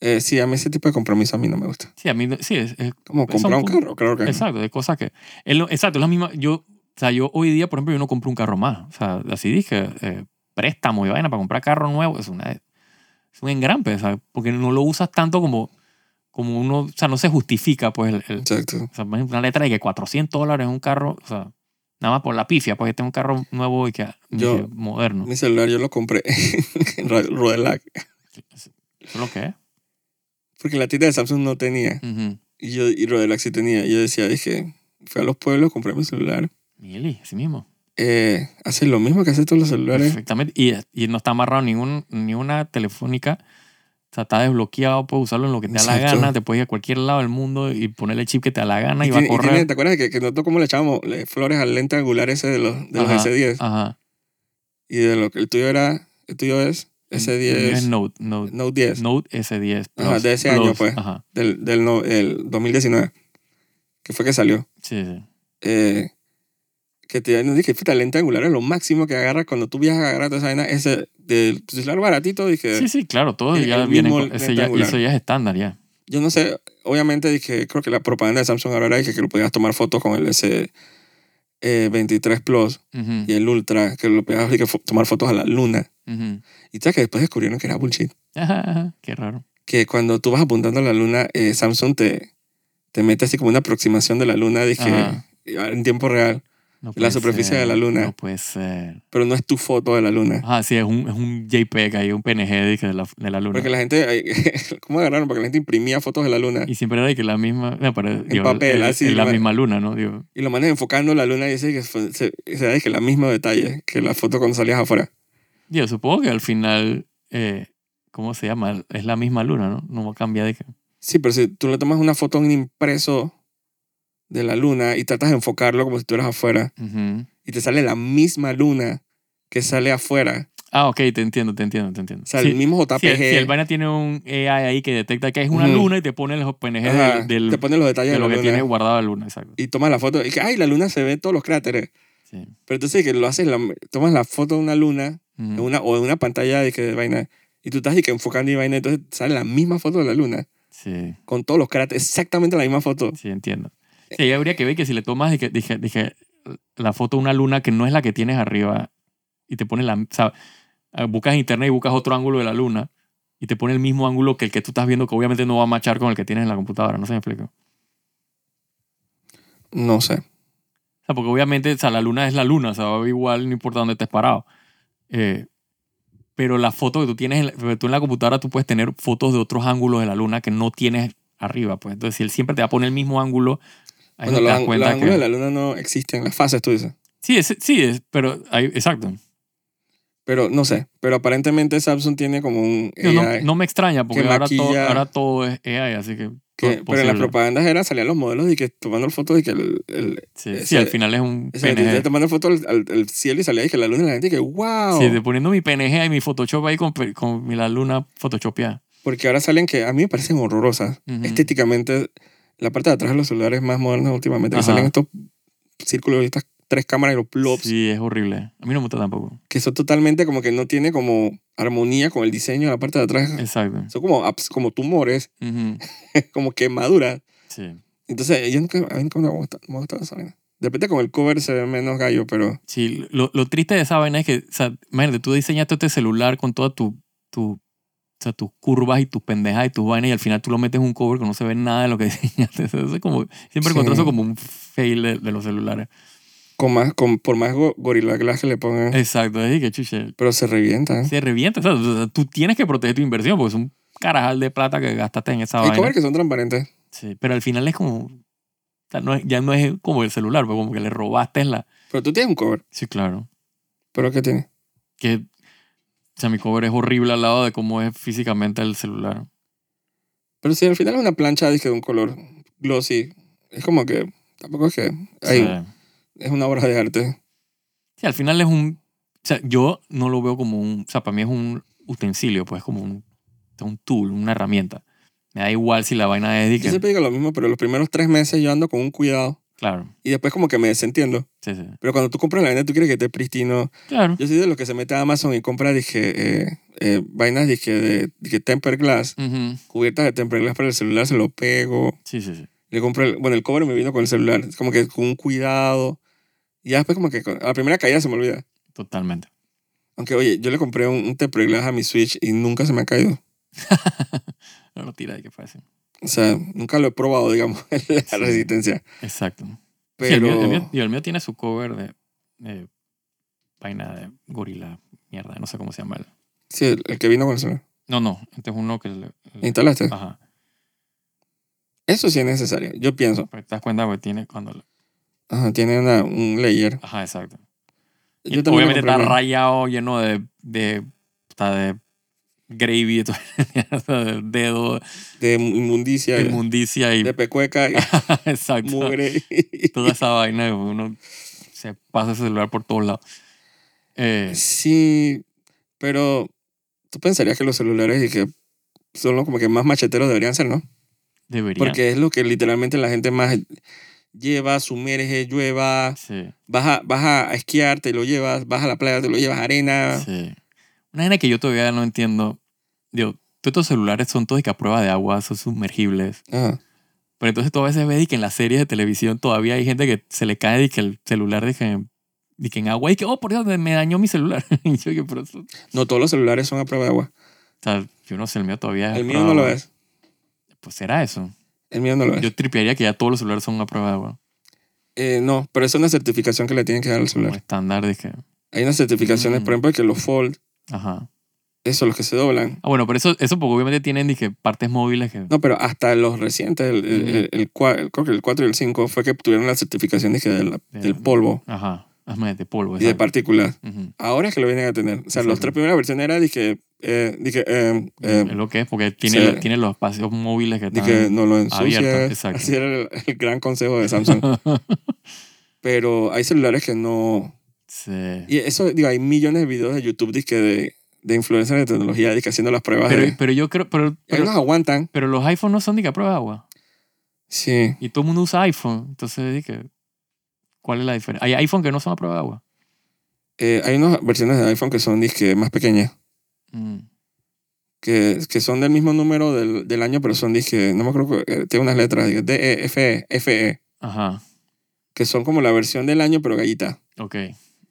Speaker 1: Eh, sí, a mí ese tipo de compromiso a mí no me gusta.
Speaker 2: Sí, a mí no- sí, es, es-
Speaker 1: Como
Speaker 2: Pues
Speaker 1: comprar
Speaker 2: son
Speaker 1: un
Speaker 2: puntos.
Speaker 1: carro, claro que no.
Speaker 2: exacto, de cosas que es lo- exacto, es la misma yo, o sea, yo hoy día, por ejemplo, yo no compro un carro más, o sea, así dije, eh, préstamo y vaina para comprar carro nuevo es una es un engrampe, o sea, porque no lo usas tanto como como uno, o sea, no se justifica pues el, el-
Speaker 1: Exacto.
Speaker 2: o sea, por ejemplo, una letra de que 400 dólares en un carro, o sea, nada más por la pifia, porque este es un carro nuevo y que, y
Speaker 1: Yo-
Speaker 2: que moderno.
Speaker 1: Mi celular yo lo compré en Ro- Rodelac.
Speaker 2: Eso es lo que es.
Speaker 1: Porque la tienda de Samsung no tenía.
Speaker 2: Ujú.
Speaker 1: Y yo, y Rodelac sí tenía. Y Yo decía, dije, fui a los pueblos, compré mi celular.
Speaker 2: Mili, así mismo.
Speaker 1: Eh, hacen lo mismo que hacen todos los celulares.
Speaker 2: Perfectamente. Y, y no está amarrado ningún, ni una telefónica. O sea, está desbloqueado, puedes usarlo en lo que te da la
Speaker 1: Exacto.
Speaker 2: gana, te puedes ir a cualquier lado del mundo y ponerle el chip que te da la gana y,
Speaker 1: Y
Speaker 2: va a
Speaker 1: tiene- y tiene-
Speaker 2: correr.
Speaker 1: ¿Te acuerdas que, que nosotros cómo le echábamos le- flores al lente angular ese de los, de los
Speaker 2: Ajá, Ah.
Speaker 1: S10?
Speaker 2: Ajá.
Speaker 1: Y de lo que el tuyo era, el tuyo es
Speaker 2: Mm, El mío Es
Speaker 1: S10,
Speaker 2: Note, Note,
Speaker 1: Note 10,
Speaker 2: Note S10 Plus.
Speaker 1: Ajá, de ese
Speaker 2: Plus,
Speaker 1: año, pues.
Speaker 2: Ajá.
Speaker 1: del, del, no- el 2019, que fue que salió.
Speaker 2: Sí, sí.
Speaker 1: eh, que te dan, dije, puta, lente angular es lo máximo que agarras cuando tú viajas a agarrar toda esa vaina, ese del tu celular baratito, dije,
Speaker 2: Sí, sí, claro, todo
Speaker 1: el-
Speaker 2: ya
Speaker 1: el
Speaker 2: viene.
Speaker 1: mismo
Speaker 2: con- Ese ya,
Speaker 1: rectangular.
Speaker 2: eso ya es estándar, ya.
Speaker 1: yo no sé, obviamente dije, creo que la propaganda de Samsung ahora era dije, que lo podías tomar fotos con el S eh, 23 Plus
Speaker 2: Ujú,
Speaker 1: y el Ultra, que lo podías dije, fo- tomar fotos a la luna.
Speaker 2: ujú.
Speaker 1: Y sabes que después descubrieron que era bullshit,
Speaker 2: Ajá, ajá, Qué raro.
Speaker 1: que cuando tú vas apuntando a la luna, eh, Samsung te, te mete así como una aproximación de la luna, dije,
Speaker 2: Ajá.
Speaker 1: en tiempo real,
Speaker 2: No
Speaker 1: La
Speaker 2: puede
Speaker 1: superficie de
Speaker 2: ser,
Speaker 1: la luna.
Speaker 2: No puede ser.
Speaker 1: pero no es tu foto de la luna.
Speaker 2: Ajá, sí, es un, es un JPEG ahí, un PNG de, que de la, de la luna.
Speaker 1: Porque la gente, ¿cómo agarraron? Porque la gente imprimía fotos de la luna
Speaker 2: Y siempre era de que la misma. No, pero, digo,
Speaker 1: papel,
Speaker 2: es-
Speaker 1: así,
Speaker 2: es la
Speaker 1: ¿no?
Speaker 2: misma luna, ¿no? Digo,
Speaker 1: y lo mandan enfocando la luna y dice que fue- se, se da que la misma detalle que la foto cuando salías afuera.
Speaker 2: digo, supongo que al final. eh, ¿Cómo se llama? Es la misma luna, ¿no? No cambia de que.
Speaker 1: Sí, pero si tú le tomas una foto a un impreso de la luna y tratas de enfocarlo como si estuvieras afuera
Speaker 2: Ujú.
Speaker 1: y te sale la misma luna que sale afuera,
Speaker 2: Ah, ok, te entiendo, te entiendo, te entiendo.
Speaker 1: o sea, el
Speaker 2: sí,
Speaker 1: mismo JPG,
Speaker 2: sí, el, sí, el vaina tiene un AI ahí que detecta que es una
Speaker 1: Ujú.
Speaker 2: luna y te pone los PNG del-
Speaker 1: ajá,
Speaker 2: del,
Speaker 1: te pone los detalles
Speaker 2: de
Speaker 1: de,
Speaker 2: lo
Speaker 1: la
Speaker 2: que
Speaker 1: luna
Speaker 2: tiene guardado la luna, exacto.
Speaker 1: y tomas la foto y que, ay, la luna se ve en todos los cráteres.
Speaker 2: Sí.
Speaker 1: Pero entonces que lo haces, la- tomas la foto de una luna
Speaker 2: Ujú.
Speaker 1: en una, o en una pantalla de que de vaina y tú estás y que enfocando y vaina entonces sale la misma foto de la luna
Speaker 2: Sí,
Speaker 1: con todos los cráteres exactamente la misma foto
Speaker 2: sí, entiendo. Sí, ahí habría que ver que si le tomas dije, dije, dije, la foto de una luna que no es la que tienes arriba y te pones la. O sea, Ah, buscas en internet y buscas otro ángulo de la luna y te pone el mismo ángulo que el que tú estás viendo que obviamente no va a machar con el que tienes en la computadora. No se me explica. O
Speaker 1: no sé
Speaker 2: sea, porque obviamente o sea, la luna es la luna, o sea, va a ver igual no importa dónde estés parado. Eh, pero la foto que tú tienes, en la- pero tú en la computadora tú puedes tener fotos de otros ángulos de la luna que no tienes arriba. Pues. Entonces, si él siempre te va a poner el mismo ángulo, ahí es
Speaker 1: bueno los,
Speaker 2: donde te das
Speaker 1: ang- los
Speaker 2: cuenta
Speaker 1: ángulos
Speaker 2: que...
Speaker 1: de la luna no existen las fases tú dices
Speaker 2: Sí, es, sí, es, pero... ahí- exacto.
Speaker 1: pero no sé pero aparentemente Samsung tiene como un
Speaker 2: Yo no,
Speaker 1: AI.
Speaker 2: no me extraña porque
Speaker 1: que
Speaker 2: ahora todo,
Speaker 1: maquilla.
Speaker 2: ahora todo es AI, así que
Speaker 1: Que-
Speaker 2: Po-
Speaker 1: pero en las
Speaker 2: posible.
Speaker 1: propagandas era, salían los modelos y que tomando fotos y que el, el-
Speaker 2: Sí,
Speaker 1: Ese-
Speaker 2: sí, al final es un
Speaker 1: esa gente
Speaker 2: PNG.
Speaker 1: tomando fotos al, al- al cielo y salía y que la luna y la gente y que wow.
Speaker 2: Sí, de poniendo mi PNG y mi Photoshop ahí con, pe- con mi- la luna photoshopeada.
Speaker 1: Porque ahora salen que a mí me parecen horrorosas.
Speaker 2: Ujú.
Speaker 1: Estéticamente, la parte de atrás de los celulares más modernos últimamente, que
Speaker 2: Ajá.
Speaker 1: salen estos círculos y estas tres cámaras y los blobs,
Speaker 2: Sí, es horrible. A mí no me gusta tampoco.
Speaker 1: que son totalmente como que no tiene como armonía con el diseño de la parte de atrás.
Speaker 2: Exacto.
Speaker 1: Son como, abs- como tumores,
Speaker 2: Ujú.
Speaker 1: como quemaduras.
Speaker 2: Sí.
Speaker 1: Entonces, yo nunca, a mí nunca me ha gustado, me ha gustado esa vaina. De repente con el cover se ve menos gallo, pero
Speaker 2: Sí, lo, lo triste de esa vaina es que, o sea, imagínate, tú diseñaste este celular con todas tu, tu, o sea, tus curvas y tus pendejas y tus vainas y al final tú lo metes en un cover que no se ve nada de lo que diseñaste. Eso es como, siempre encontré
Speaker 1: Sí.
Speaker 2: eso como un fail de, de los celulares.
Speaker 1: con más, con, por más go- Gorilla Glass que le pongan,
Speaker 2: Exacto, es que chuche,
Speaker 1: pero se revientan.
Speaker 2: se revienta. O sea, tú- tú tienes que proteger tu inversión porque es un carajal de plata que gastaste en esa
Speaker 1: Hay
Speaker 2: vaina.
Speaker 1: covers que son transparentes.
Speaker 2: Sí, pero al final es como, o sea, no es- ya no es como el celular, pero como que le robaste la...
Speaker 1: Pero tú tienes un cover,
Speaker 2: Sí, claro.
Speaker 1: pero ¿qué tiene?
Speaker 2: que o sea, mi cover es horrible al lado de cómo es físicamente el celular.
Speaker 1: Pero si al final es una plancha dizque, de un color glossy, es como que tampoco es que
Speaker 2: O
Speaker 1: ahí,
Speaker 2: sea,
Speaker 1: es una obra de arte.
Speaker 2: sí, al final es un... O sea, yo no lo veo como un... O sea, para mí es un utensilio, pues es como un, un tool, una herramienta. Me da igual si la vaina es... de
Speaker 1: Yo
Speaker 2: que-
Speaker 1: siempre digo lo mismo, pero los primeros tres meses yo ando con un cuidado
Speaker 2: Claro,
Speaker 1: y después como que me desentiendo.
Speaker 2: sí, sí.
Speaker 1: Pero cuando tú compras la vaina, tú quieres que esté pristino.
Speaker 2: Claro.
Speaker 1: Yo soy de los que se mete a Amazon y compra, dije, eh, eh, vainas, dije, de dije, temper glass,
Speaker 2: Ujú.
Speaker 1: cubiertas de temper glass para el celular, se lo pego.
Speaker 2: Sí, sí, sí.
Speaker 1: Le compro, el- bueno, el cobre me vino con el celular, es como que con un cuidado. Y ya después como que con- a la primera caída se me olvida.
Speaker 2: Totalmente.
Speaker 1: Aunque, oye, yo le compré un, un temper glass a mi Switch y nunca se me ha caído.
Speaker 2: No lo tira de que parece.
Speaker 1: O sea, nunca lo he probado, digamos, la resistencia.
Speaker 2: Exacto. Sí,
Speaker 1: Pero
Speaker 2: el, mío, el mío- y el mío tiene su cover de, de vaina de gorila, mierda, no sé cómo se llama. el-
Speaker 1: sí, el, el que vino con el celular.
Speaker 2: No, no, este es uno que... le-
Speaker 1: ¿Lo instalaste?
Speaker 2: Ajá.
Speaker 1: Eso sí es necesario, yo pienso.
Speaker 2: Pero te das cuenta que tiene cuando...
Speaker 1: Ajá, tiene una- un layer.
Speaker 2: Ajá, exacto.
Speaker 1: Yo
Speaker 2: Y
Speaker 1: también
Speaker 2: obviamente
Speaker 1: compré
Speaker 2: está
Speaker 1: uno.
Speaker 2: rayado, lleno de, de, está de gravy, de, todo, de dedo,
Speaker 1: De inmundicia,
Speaker 2: de
Speaker 1: de,
Speaker 2: inmundicia y
Speaker 1: pecueca, y
Speaker 2: exacto.
Speaker 1: mugre.
Speaker 2: Toda esa vaina, uno se pasa ese celular por todos lados. Eh,
Speaker 1: sí, pero tú pensarías que los celulares y que son los como que más macheteros deberían ser, ¿no?
Speaker 2: debería.
Speaker 1: Porque es lo que literalmente la gente más lleva, sumerge, llueva,
Speaker 2: Sí,
Speaker 1: vas a, vas a esquiar, te lo llevas, vas a la playa, te lo llevas, arena.
Speaker 2: sí. Una vaina que yo todavía no entiendo. Digo, todos estos celulares son todos de que a prueba de agua, son sumergibles.
Speaker 1: Ajá.
Speaker 2: Pero entonces tú a veces ves y que en las series de televisión todavía hay gente que se le cae y que el celular de que, de que en agua y que, oh, por Dios, me dañó mi celular. y yo que, pero eso-
Speaker 1: No todos los celulares son a prueba de agua.
Speaker 2: O sea, yo no sé, el mío todavía es
Speaker 1: El
Speaker 2: a
Speaker 1: mío
Speaker 2: prueba
Speaker 1: no lo
Speaker 2: de agua.
Speaker 1: es. Pues.
Speaker 2: Pues será eso.
Speaker 1: El mío no lo es.
Speaker 2: Yo tripearía que ya todos los celulares son a prueba de agua.
Speaker 1: Eh, no, pero es una certificación que le tienen que dar al
Speaker 2: Como
Speaker 1: celular.
Speaker 2: estándar de que.
Speaker 1: Hay unas certificaciones,
Speaker 2: Mm.
Speaker 1: por ejemplo, que los fold,
Speaker 2: Ajá.
Speaker 1: esos los que se doblan.
Speaker 2: Ah, bueno, pero eso, eso porque obviamente tienen dije, partes móviles que.
Speaker 1: No, pero hasta los recientes, el, el,
Speaker 2: Mm.
Speaker 1: el, el cua- el- creo que el 4 y el 5, fue que tuvieron la certificación dije, de la-
Speaker 2: De-
Speaker 1: del polvo
Speaker 2: Ajá. Hazme de polvo.
Speaker 1: y de
Speaker 2: exacto.
Speaker 1: partículas.
Speaker 2: Ujú.
Speaker 1: Ahora es que lo vienen a tener. O sea, las
Speaker 2: Exacto.
Speaker 1: tres primeras versiones era, dije, eh, dije, eh, eh,
Speaker 2: es lo que es, porque tiene,
Speaker 1: sí.
Speaker 2: los- tiene los espacios móviles que están.
Speaker 1: dije, no lo
Speaker 2: abierto,
Speaker 1: ensucias.
Speaker 2: exacto.
Speaker 1: Así era el, el gran consejo de Samsung. pero hay celulares que no...
Speaker 2: sí.
Speaker 1: Y eso, digo, hay millones de videos de YouTube dizque, de, de influencers de tecnología dizque, haciendo las pruebas
Speaker 2: Pero,
Speaker 1: de...
Speaker 2: pero yo creo. Pero,
Speaker 1: Ellos
Speaker 2: pero,
Speaker 1: nos aguantan.
Speaker 2: pero los iPhones no son de que a prueba de agua.
Speaker 1: Sí.
Speaker 2: Y todo el mundo usa iPhone. Entonces dije. ¿Cuál es la diferencia? Hay iPhone que no son a prueba de agua.
Speaker 1: Eh, hay unas versiones de iPhone que son disque más pequeñas,
Speaker 2: Mm.
Speaker 1: que, que son del mismo número del, del año, pero son disque, no me acuerdo, eh, tiene unas letras, dizque D, E, F, E, F, E,
Speaker 2: Ajá.
Speaker 1: que son como la versión del año, pero gallita.
Speaker 2: Ok.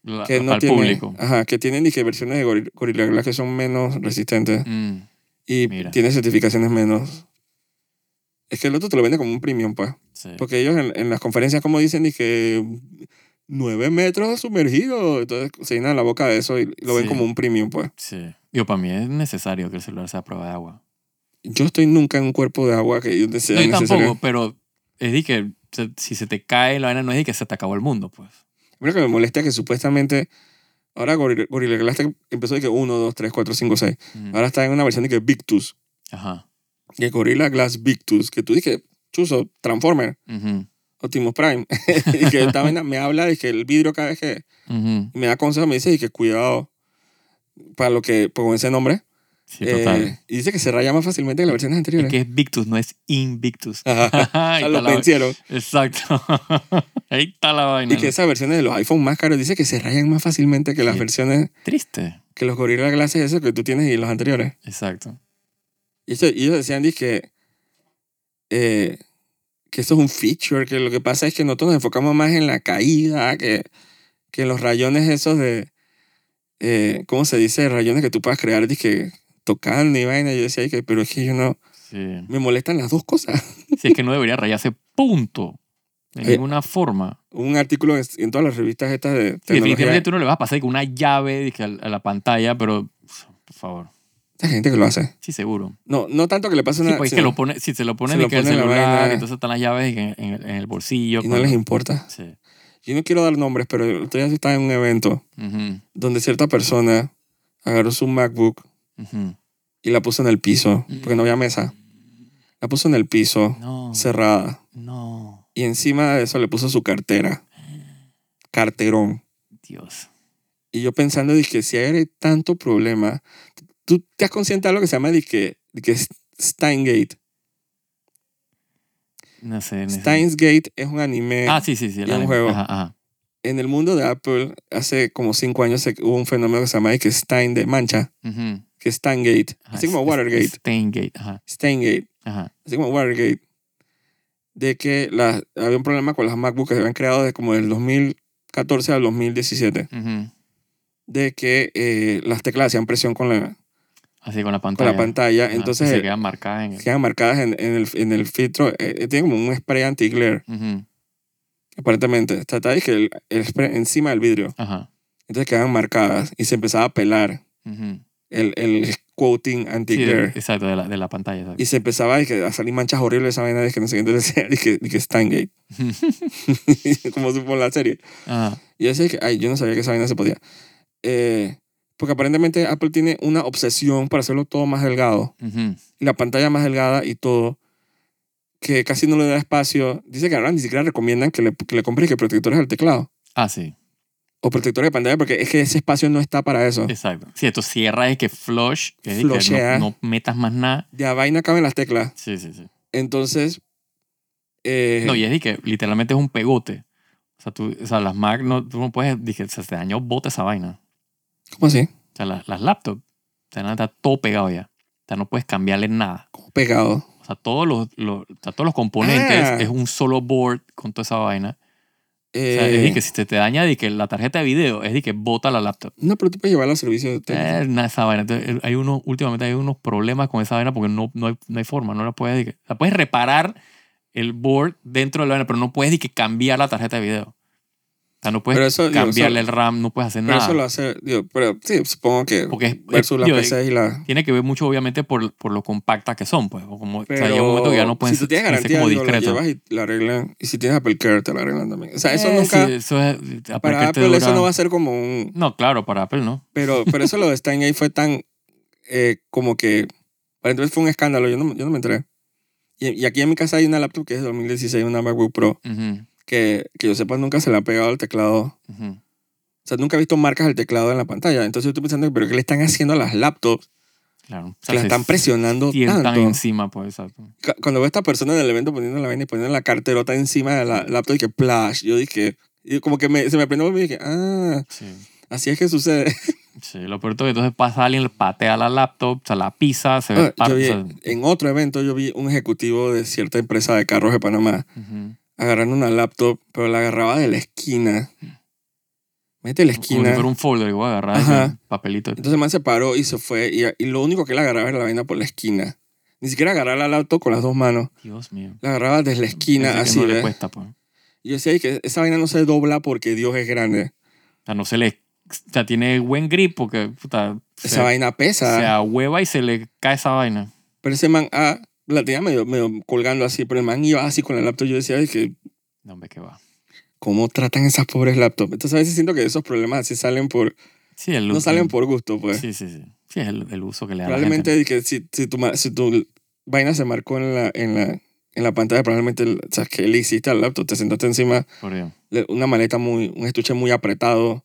Speaker 2: La-
Speaker 1: Que no
Speaker 2: para el
Speaker 1: tienen-
Speaker 2: Ah, público.
Speaker 1: Ajá, que tienen disque versiones de Gorilla, Gorilla Glass que son menos resistentes
Speaker 2: Mm.
Speaker 1: y
Speaker 2: Mira.
Speaker 1: tienen certificaciones menos. Es que el otro te lo vende como un premium, pues.
Speaker 2: Sí.
Speaker 1: Porque ellos en, en las conferencias, como dicen, dije, nueve metros sumergido. Entonces se llenan la boca de eso y lo ven
Speaker 2: Sí.
Speaker 1: como un premium, pues.
Speaker 2: Sí. Digo, para mí es necesario que el celular sea a prueba de agua.
Speaker 1: Yo estoy nunca en un cuerpo de agua que yo desea
Speaker 2: no, yo
Speaker 1: necesario.
Speaker 2: tampoco, pero es de que se- si se te cae la vaina, no es de que se te acabó el mundo, pues.
Speaker 1: Mira que me molesta que supuestamente. Ahora Gorilla, Gorilla Glass te- empezó de que 1, 2, 3, 4, 5, 6.
Speaker 2: Mm.
Speaker 1: Ahora está en una versión de que Victus,
Speaker 2: Ajá.
Speaker 1: Y el Gorilla Glass Victus, que tú dije, chuso, Transformer,
Speaker 2: Ujú,
Speaker 1: Optimus Prime. y que esta vaina me habla de que el vidrio cada vez que
Speaker 2: ujú.
Speaker 1: me da consejos me dice y que cuidado para lo que, con ese nombre.
Speaker 2: Sí,
Speaker 1: Eh,
Speaker 2: total.
Speaker 1: y dice que se raya más fácilmente que las versiones
Speaker 2: Es
Speaker 1: anteriores.
Speaker 2: que es Victus, no es Invictus.
Speaker 1: Ajá.
Speaker 2: Ahí
Speaker 1: Ya
Speaker 2: está
Speaker 1: lo
Speaker 2: la-
Speaker 1: vencieron.
Speaker 2: Exacto. Ahí está la vaina.
Speaker 1: Y que esas versiones de los iPhone más caros dice que se rayan más fácilmente que las
Speaker 2: Sí.
Speaker 1: versiones
Speaker 2: Triste.
Speaker 1: que los Gorilla Glass esos que tú tienes y los anteriores.
Speaker 2: Exacto.
Speaker 1: Y, eso- y ellos decían dizque, eh, que eso es un feature, que lo que pasa es que nosotros nos enfocamos más en la caída que, que en los rayones esos de, eh, ¿cómo se dice? Rayones que tú puedas crear dizque, tocando y vaina. Y yo decía, que, pero es que yo no,
Speaker 2: Sí.
Speaker 1: me molestan las dos cosas.
Speaker 2: Si es que no debería rayarse punto. De
Speaker 1: Eh,
Speaker 2: ninguna forma.
Speaker 1: Un artículo en, en todas las revistas estas de
Speaker 2: Sí, definitivamente
Speaker 1: tecnología.
Speaker 2: tú no le vas a pasar con una llave dije, a a la pantalla, pero pf, por favor.
Speaker 1: Hay gente que lo hace.
Speaker 2: Sí, seguro.
Speaker 1: No, no tanto que le pase
Speaker 2: Sí,
Speaker 1: una...
Speaker 2: pues es que
Speaker 1: sino-
Speaker 2: lo pone, si se lo ponen
Speaker 1: se lo
Speaker 2: dije, en el
Speaker 1: pone en la
Speaker 2: celular,
Speaker 1: vaina.
Speaker 2: entonces están las llaves dije, en, en el- en el bolsillo.
Speaker 1: y no
Speaker 2: cuando-
Speaker 1: les importa.
Speaker 2: Sí.
Speaker 1: Yo no quiero dar nombres, pero el otro día estaba en un evento
Speaker 2: Ujú,
Speaker 1: donde cierta persona agarró su MacBook
Speaker 2: ujú.
Speaker 1: y la puso en el piso,
Speaker 2: Mm. Oh.
Speaker 1: porque no había mesa. La puso en el piso,
Speaker 2: No.
Speaker 1: cerrada.
Speaker 2: No.
Speaker 1: Y encima de eso le puso su cartera. Carterón.
Speaker 2: Dios.
Speaker 1: Y yo pensando, dije, si hay tanto problema, ¿tú te has consciente de algo que se llama, dije, dije Steingate?
Speaker 2: No sé. no sé.
Speaker 1: Steingate es un anime.
Speaker 2: Ah, sí, sí, sí. el
Speaker 1: y un
Speaker 2: anime.
Speaker 1: juego.
Speaker 2: Ajá, ajá.
Speaker 1: En el mundo de Apple, hace como cinco años se- hubo un fenómeno que se llama, dije, Stein de mancha,
Speaker 2: Ujú.
Speaker 1: que es Steingate.
Speaker 2: Ajá,
Speaker 1: Así como
Speaker 2: Ah, es- es-
Speaker 1: Watergate.
Speaker 2: Steingate. Ajá.
Speaker 1: Steingate.
Speaker 2: Ajá.
Speaker 1: así como Watergate, de que la- había un problema con las MacBooks que se habían creado desde como del 2014 al 2017,
Speaker 2: Ujú.
Speaker 1: de que eh, las teclas hacían presión con la,
Speaker 2: Así con la
Speaker 1: con
Speaker 2: pantalla. Ah,
Speaker 1: la pantalla,
Speaker 2: Ajá,
Speaker 1: entonces
Speaker 2: y se
Speaker 1: eh,
Speaker 2: quedan marcadas en el.
Speaker 1: quedan marcadas en, en el, en el filtro, eh, eh, tiene como un spray anti-glare,
Speaker 2: Ujú.
Speaker 1: aparentemente, está, está, dije, el, el spray encima del vidrio,
Speaker 2: Ajá.
Speaker 1: entonces quedaban marcadas y se empezaba a pelar
Speaker 2: Ujú.
Speaker 1: el, el coating
Speaker 2: Sí, de-
Speaker 1: anti-glare.
Speaker 2: exacto, de la, de la pantalla. exacto.
Speaker 1: y se empezaba dije, a salir manchas horribles de esa vaina de que no sé qué, entonces decía, dije, dije, Steingate. como supo la serie.
Speaker 2: Ajá.
Speaker 1: Y yo decía que, ay, yo no sabía que esa vaina se podía. Eh, porque aparentemente Apple tiene una obsesión para hacerlo todo más delgado.
Speaker 2: Ujú.
Speaker 1: Y la pantalla más delgada y todo. Que casi no le da espacio. Dice que ahora ni siquiera recomiendan que le, que le compres que protectores al teclado.
Speaker 2: Ah, sí,
Speaker 1: O protectores de pantalla porque es que ese espacio no está para eso.
Speaker 2: exacto. Sí, esto cierra es que flush, que es que
Speaker 1: Flushea.
Speaker 2: no, no metas más nada.
Speaker 1: De a vaina caben las teclas.
Speaker 2: Sí, sí, sí.
Speaker 1: Entonces... eh,
Speaker 2: No, y es de que literalmente es un pegote. O sea, tú, o sea las Mac, no, tú no puedes, dije, se te dañó, bota esa vaina.
Speaker 1: ¿Cómo así?
Speaker 2: O sea, las, las laptops, o sea, nada, está todo pegado ya. O sea, no puedes cambiarle nada.
Speaker 1: Como pegado.
Speaker 2: O sea, todos los, los- o sea, todos los componentes
Speaker 1: Ah.
Speaker 2: es un solo board con toda esa vaina. O sea,
Speaker 1: Eh,
Speaker 2: es de que si te, te daña de que la tarjeta de video, es de que bota la laptop.
Speaker 1: No, pero tú puedes llevarlo al servicio de técnico.
Speaker 2: Eh, nada, esa vaina. Entonces, eh, hay unos, últimamente hay unos problemas con esa vaina porque no, no, hay, no hay forma, no la puedes. de que- La puedes reparar el board dentro de la vaina, pero no puedes de que cambiar la tarjeta de video. O sea, no puedes
Speaker 1: Pero eso, digo,
Speaker 2: cambiarle
Speaker 1: eso-
Speaker 2: el RAM, no puedes hacer
Speaker 1: Pero eso lo
Speaker 2: nada.
Speaker 1: hace... digo, pero sí, supongo que...
Speaker 2: Porque es-
Speaker 1: Versus
Speaker 2: es-
Speaker 1: las
Speaker 2: digo,
Speaker 1: PCs y las...
Speaker 2: tiene que ver mucho, obviamente, por, por lo compactas que son. Pues, o como, o sea,
Speaker 1: Pero
Speaker 2: llega un momento que ya no pueden
Speaker 1: si tú tienes
Speaker 2: ser- pueden ser
Speaker 1: garantía,
Speaker 2: como
Speaker 1: digo, la
Speaker 2: discretos.
Speaker 1: llevas y la arreglan. Y si tienes Apple Care, te la arreglan también. O sea, eso
Speaker 2: Eh,
Speaker 1: nunca...
Speaker 2: sí, eso es- aparte
Speaker 1: para
Speaker 2: te
Speaker 1: Apple eso
Speaker 2: dura-
Speaker 1: no va a ser como un...
Speaker 2: No, claro, para Apple no.
Speaker 1: Pero, pero eso lo de Steingate fue tan... eh, como que... Para entonces fue un escándalo. Yo no, yo no me enteré. Y, y aquí en mi casa hay una laptop que es de 2016, una MacBook Pro,
Speaker 2: Ujú,
Speaker 1: que, que yo sepa nunca se le ha pegado al teclado. O
Speaker 2: ujú.
Speaker 1: sea, nunca he visto marcas al teclado en la pantalla. Entonces yo estoy pensando, ¿pero qué le están haciendo a las laptops?
Speaker 2: Claro. O
Speaker 1: Que
Speaker 2: sea,
Speaker 1: las
Speaker 2: se
Speaker 1: están presionando
Speaker 2: sientan
Speaker 1: tanto.
Speaker 2: encima, pues, exacto.
Speaker 1: Cu- cuando veo a esta persona en el evento poniendo la vaina y poniendo la carterota encima de la laptop y que plash, yo dije, y como que me- se me prendió y dije, ah,
Speaker 2: Sí.
Speaker 1: así es que sucede.
Speaker 2: Sí, lo peor todo, entonces pasa alguien, le patea la laptop, se la pisa, se ve
Speaker 1: Ah, yo
Speaker 2: parte.
Speaker 1: vi,
Speaker 2: o sea,
Speaker 1: en otro evento yo vi un ejecutivo de cierta empresa de carros de Panamá
Speaker 2: ujú.
Speaker 1: agarrando una laptop, pero la agarraba de la esquina. Mete la
Speaker 2: Como si
Speaker 1: esquina.
Speaker 2: fuera un folder, igual agarrar
Speaker 1: Ajá.
Speaker 2: ese papelito.
Speaker 1: Entonces el man se paró y se fue y, y lo único que él agarraba era la vaina por la esquina. Ni siquiera agarraba la laptop con las dos manos.
Speaker 2: Dios mío.
Speaker 1: La agarraba desde la esquina,
Speaker 2: Pensé que
Speaker 1: así.
Speaker 2: no le
Speaker 1: ¿ves?
Speaker 2: cuesta, pues. O
Speaker 1: Y yo decía "Ay, que esa vaina no se dobla porque Dios es grande.
Speaker 2: sea, no se le. O sea, tiene buen grip porque, puta,
Speaker 1: Esa
Speaker 2: se,
Speaker 1: vaina pesa.
Speaker 2: se ahueva y se le cae esa vaina.
Speaker 1: Pero ese man, ah, la tenía medio, medio colgando así, pero el man iba así con la laptop. Yo decía, "Ay, que,
Speaker 2: No, hombre, qué va.
Speaker 1: ¿cómo tratan esas pobres laptops? Entonces a veces siento que esos problemas así salen por,
Speaker 2: Sí, el
Speaker 1: no
Speaker 2: uso-
Speaker 1: salen por gusto, pues.
Speaker 2: Sí, sí, sí. Sí, es el, el uso que le da.
Speaker 1: Probablemente de que si, si, tu, ma- si tu vaina se marcó en la, en la, en la pantalla. Probablemente, el- o sea, que le hiciste al laptop, te sentaste encima,
Speaker 2: Por Dios.
Speaker 1: le- una maleta muy, un estuche muy apretado, o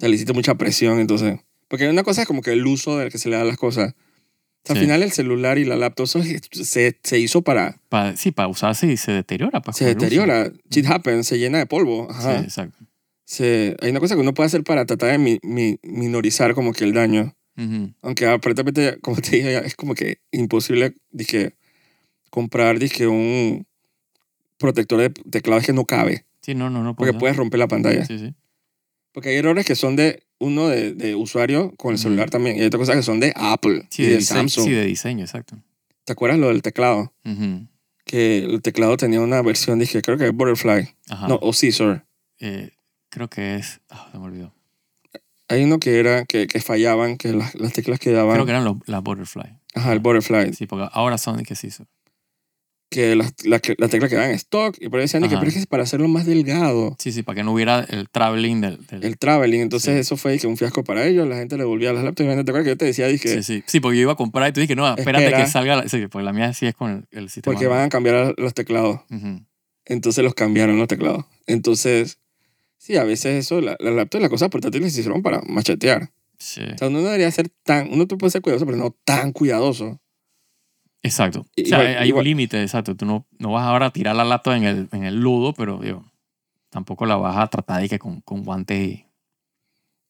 Speaker 1: sea, le hiciste mucha presión, entonces. Porque una cosa es como que el uso del que se le da las cosas. O sea,
Speaker 2: Sí.
Speaker 1: Al final el celular y la laptop eso es- se, se hizo para...
Speaker 2: Pa- sí, para usarse y se deteriora. pa,
Speaker 1: Se
Speaker 2: Ah, con el uso. Mm.
Speaker 1: deteriora, shit happens, se llena de polvo.
Speaker 2: Sí,
Speaker 1: Ajá.
Speaker 2: exacto.
Speaker 1: Se- hay una cosa que uno puede hacer para tratar de mi- mi- minorizar como que el daño.
Speaker 2: Ujú.
Speaker 1: Aunque aparentemente, como te dije, ya es como que imposible, dije, comprar, dije, un protector de teclado es que no cabe,
Speaker 2: Sí, no, no, no.
Speaker 1: porque
Speaker 2: puedo.
Speaker 1: puedes romper la pantalla.
Speaker 2: Sí, sí.
Speaker 1: Porque hay errores que son de uno de, de usuario con el
Speaker 2: Ujú.
Speaker 1: celular también, y hay otras cosas que son de Apple
Speaker 2: Sí,
Speaker 1: y
Speaker 2: de
Speaker 1: de
Speaker 2: diseño,
Speaker 1: Samsung.
Speaker 2: sí, de diseño, exacto.
Speaker 1: ¿Te acuerdas lo del teclado?
Speaker 2: Ujú.
Speaker 1: Que el teclado tenía una versión, dije, creo que Butterfly,
Speaker 2: Ajá.
Speaker 1: no, oh, o Scissor.
Speaker 2: Eh, creo que es. Ah, se me olvidó.
Speaker 1: Hay uno que era, que, que fallaban, que las, las teclas quedaban,
Speaker 2: Creo que eran los, las Butterfly.
Speaker 1: ajá, el Butterfly,
Speaker 2: Sí, porque ahora son de que sí. son-
Speaker 1: que las, las, las teclas quedaban en stock, y por ahí decían, dije,
Speaker 2: Ajá.
Speaker 1: pero es que es para hacerlo más delgado.
Speaker 2: Sí, sí, para que no hubiera el traveling del. del-
Speaker 1: el traveling. Entonces
Speaker 2: Sí.
Speaker 1: eso fue que un fiasco para ellos. La gente le volvía las laptops. Y ¿Te acuerdas que yo te decía? Dije,
Speaker 2: sí, sí. Sí, porque yo iba a comprar y tú dije, no, espérate
Speaker 1: Espera.
Speaker 2: que salga. La... Sí, porque la mía sí es con el, el sistema.
Speaker 1: porque van a cambiar los teclados.
Speaker 2: Ujú.
Speaker 1: Entonces los cambiaron los teclados. Entonces, sí, a veces eso, la, la laptop y las cosas portátiles se hicieron para machetear.
Speaker 2: Sí.
Speaker 1: O sea, uno no debería ser tan, uno puede ser cuidadoso, pero no tan cuidadoso.
Speaker 2: Exacto.
Speaker 1: I-
Speaker 2: o sea,
Speaker 1: igual-
Speaker 2: hay- hay
Speaker 1: igual-
Speaker 2: un límite, exacto. Tú no, no vas ahora a tirar la lata en el, en el lodo, pero digo, tampoco la vas a tratar de que con, con guantes y...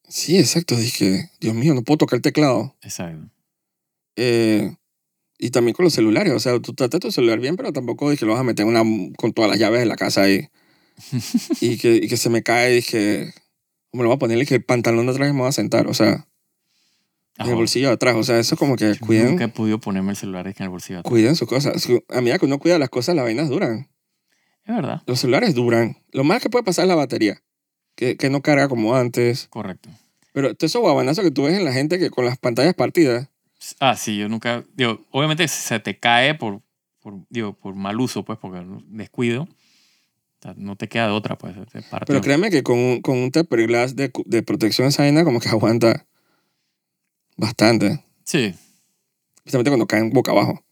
Speaker 1: Sí, exacto. Dije, Dios mío, no puedo tocar el teclado.
Speaker 2: Exacto.
Speaker 1: Eh, y también con los celulares. O sea, tú tratas tu celular bien, pero tampoco dije, lo vas a meter una, con todas las llaves de la casa ahí. y, que, y que se me cae, dije, me lo voy a poner? que el pantalón de atrás y me voy a sentar. O sea, en el
Speaker 2: Ajá.
Speaker 1: bolsillo de atrás. O sea, eso es como que
Speaker 2: Yo
Speaker 1: cuiden,
Speaker 2: Nunca he podido ponerme el celular en el bolsillo. atrás.
Speaker 1: cuiden sus cosas. Su- A medida que uno cuida las cosas, las vainas duran.
Speaker 2: Es verdad.
Speaker 1: Los celulares duran. Lo más que puede pasar es la batería, que, que no carga como antes.
Speaker 2: Correcto.
Speaker 1: Pero todos esos guabanazos que tú ves en la gente que con las pantallas partidas,
Speaker 2: Ah, sí, yo nunca... Digo, obviamente se te cae por, por, digo, por mal uso, pues, porque descuido. O sea, no te queda de otra, pues. Te partió.
Speaker 1: Pero créeme que con, un- con un tupperglass de, cu- de protección esa vaina como que aguanta bastante.
Speaker 2: Sí,
Speaker 1: Especialmente cuando caen boca abajo.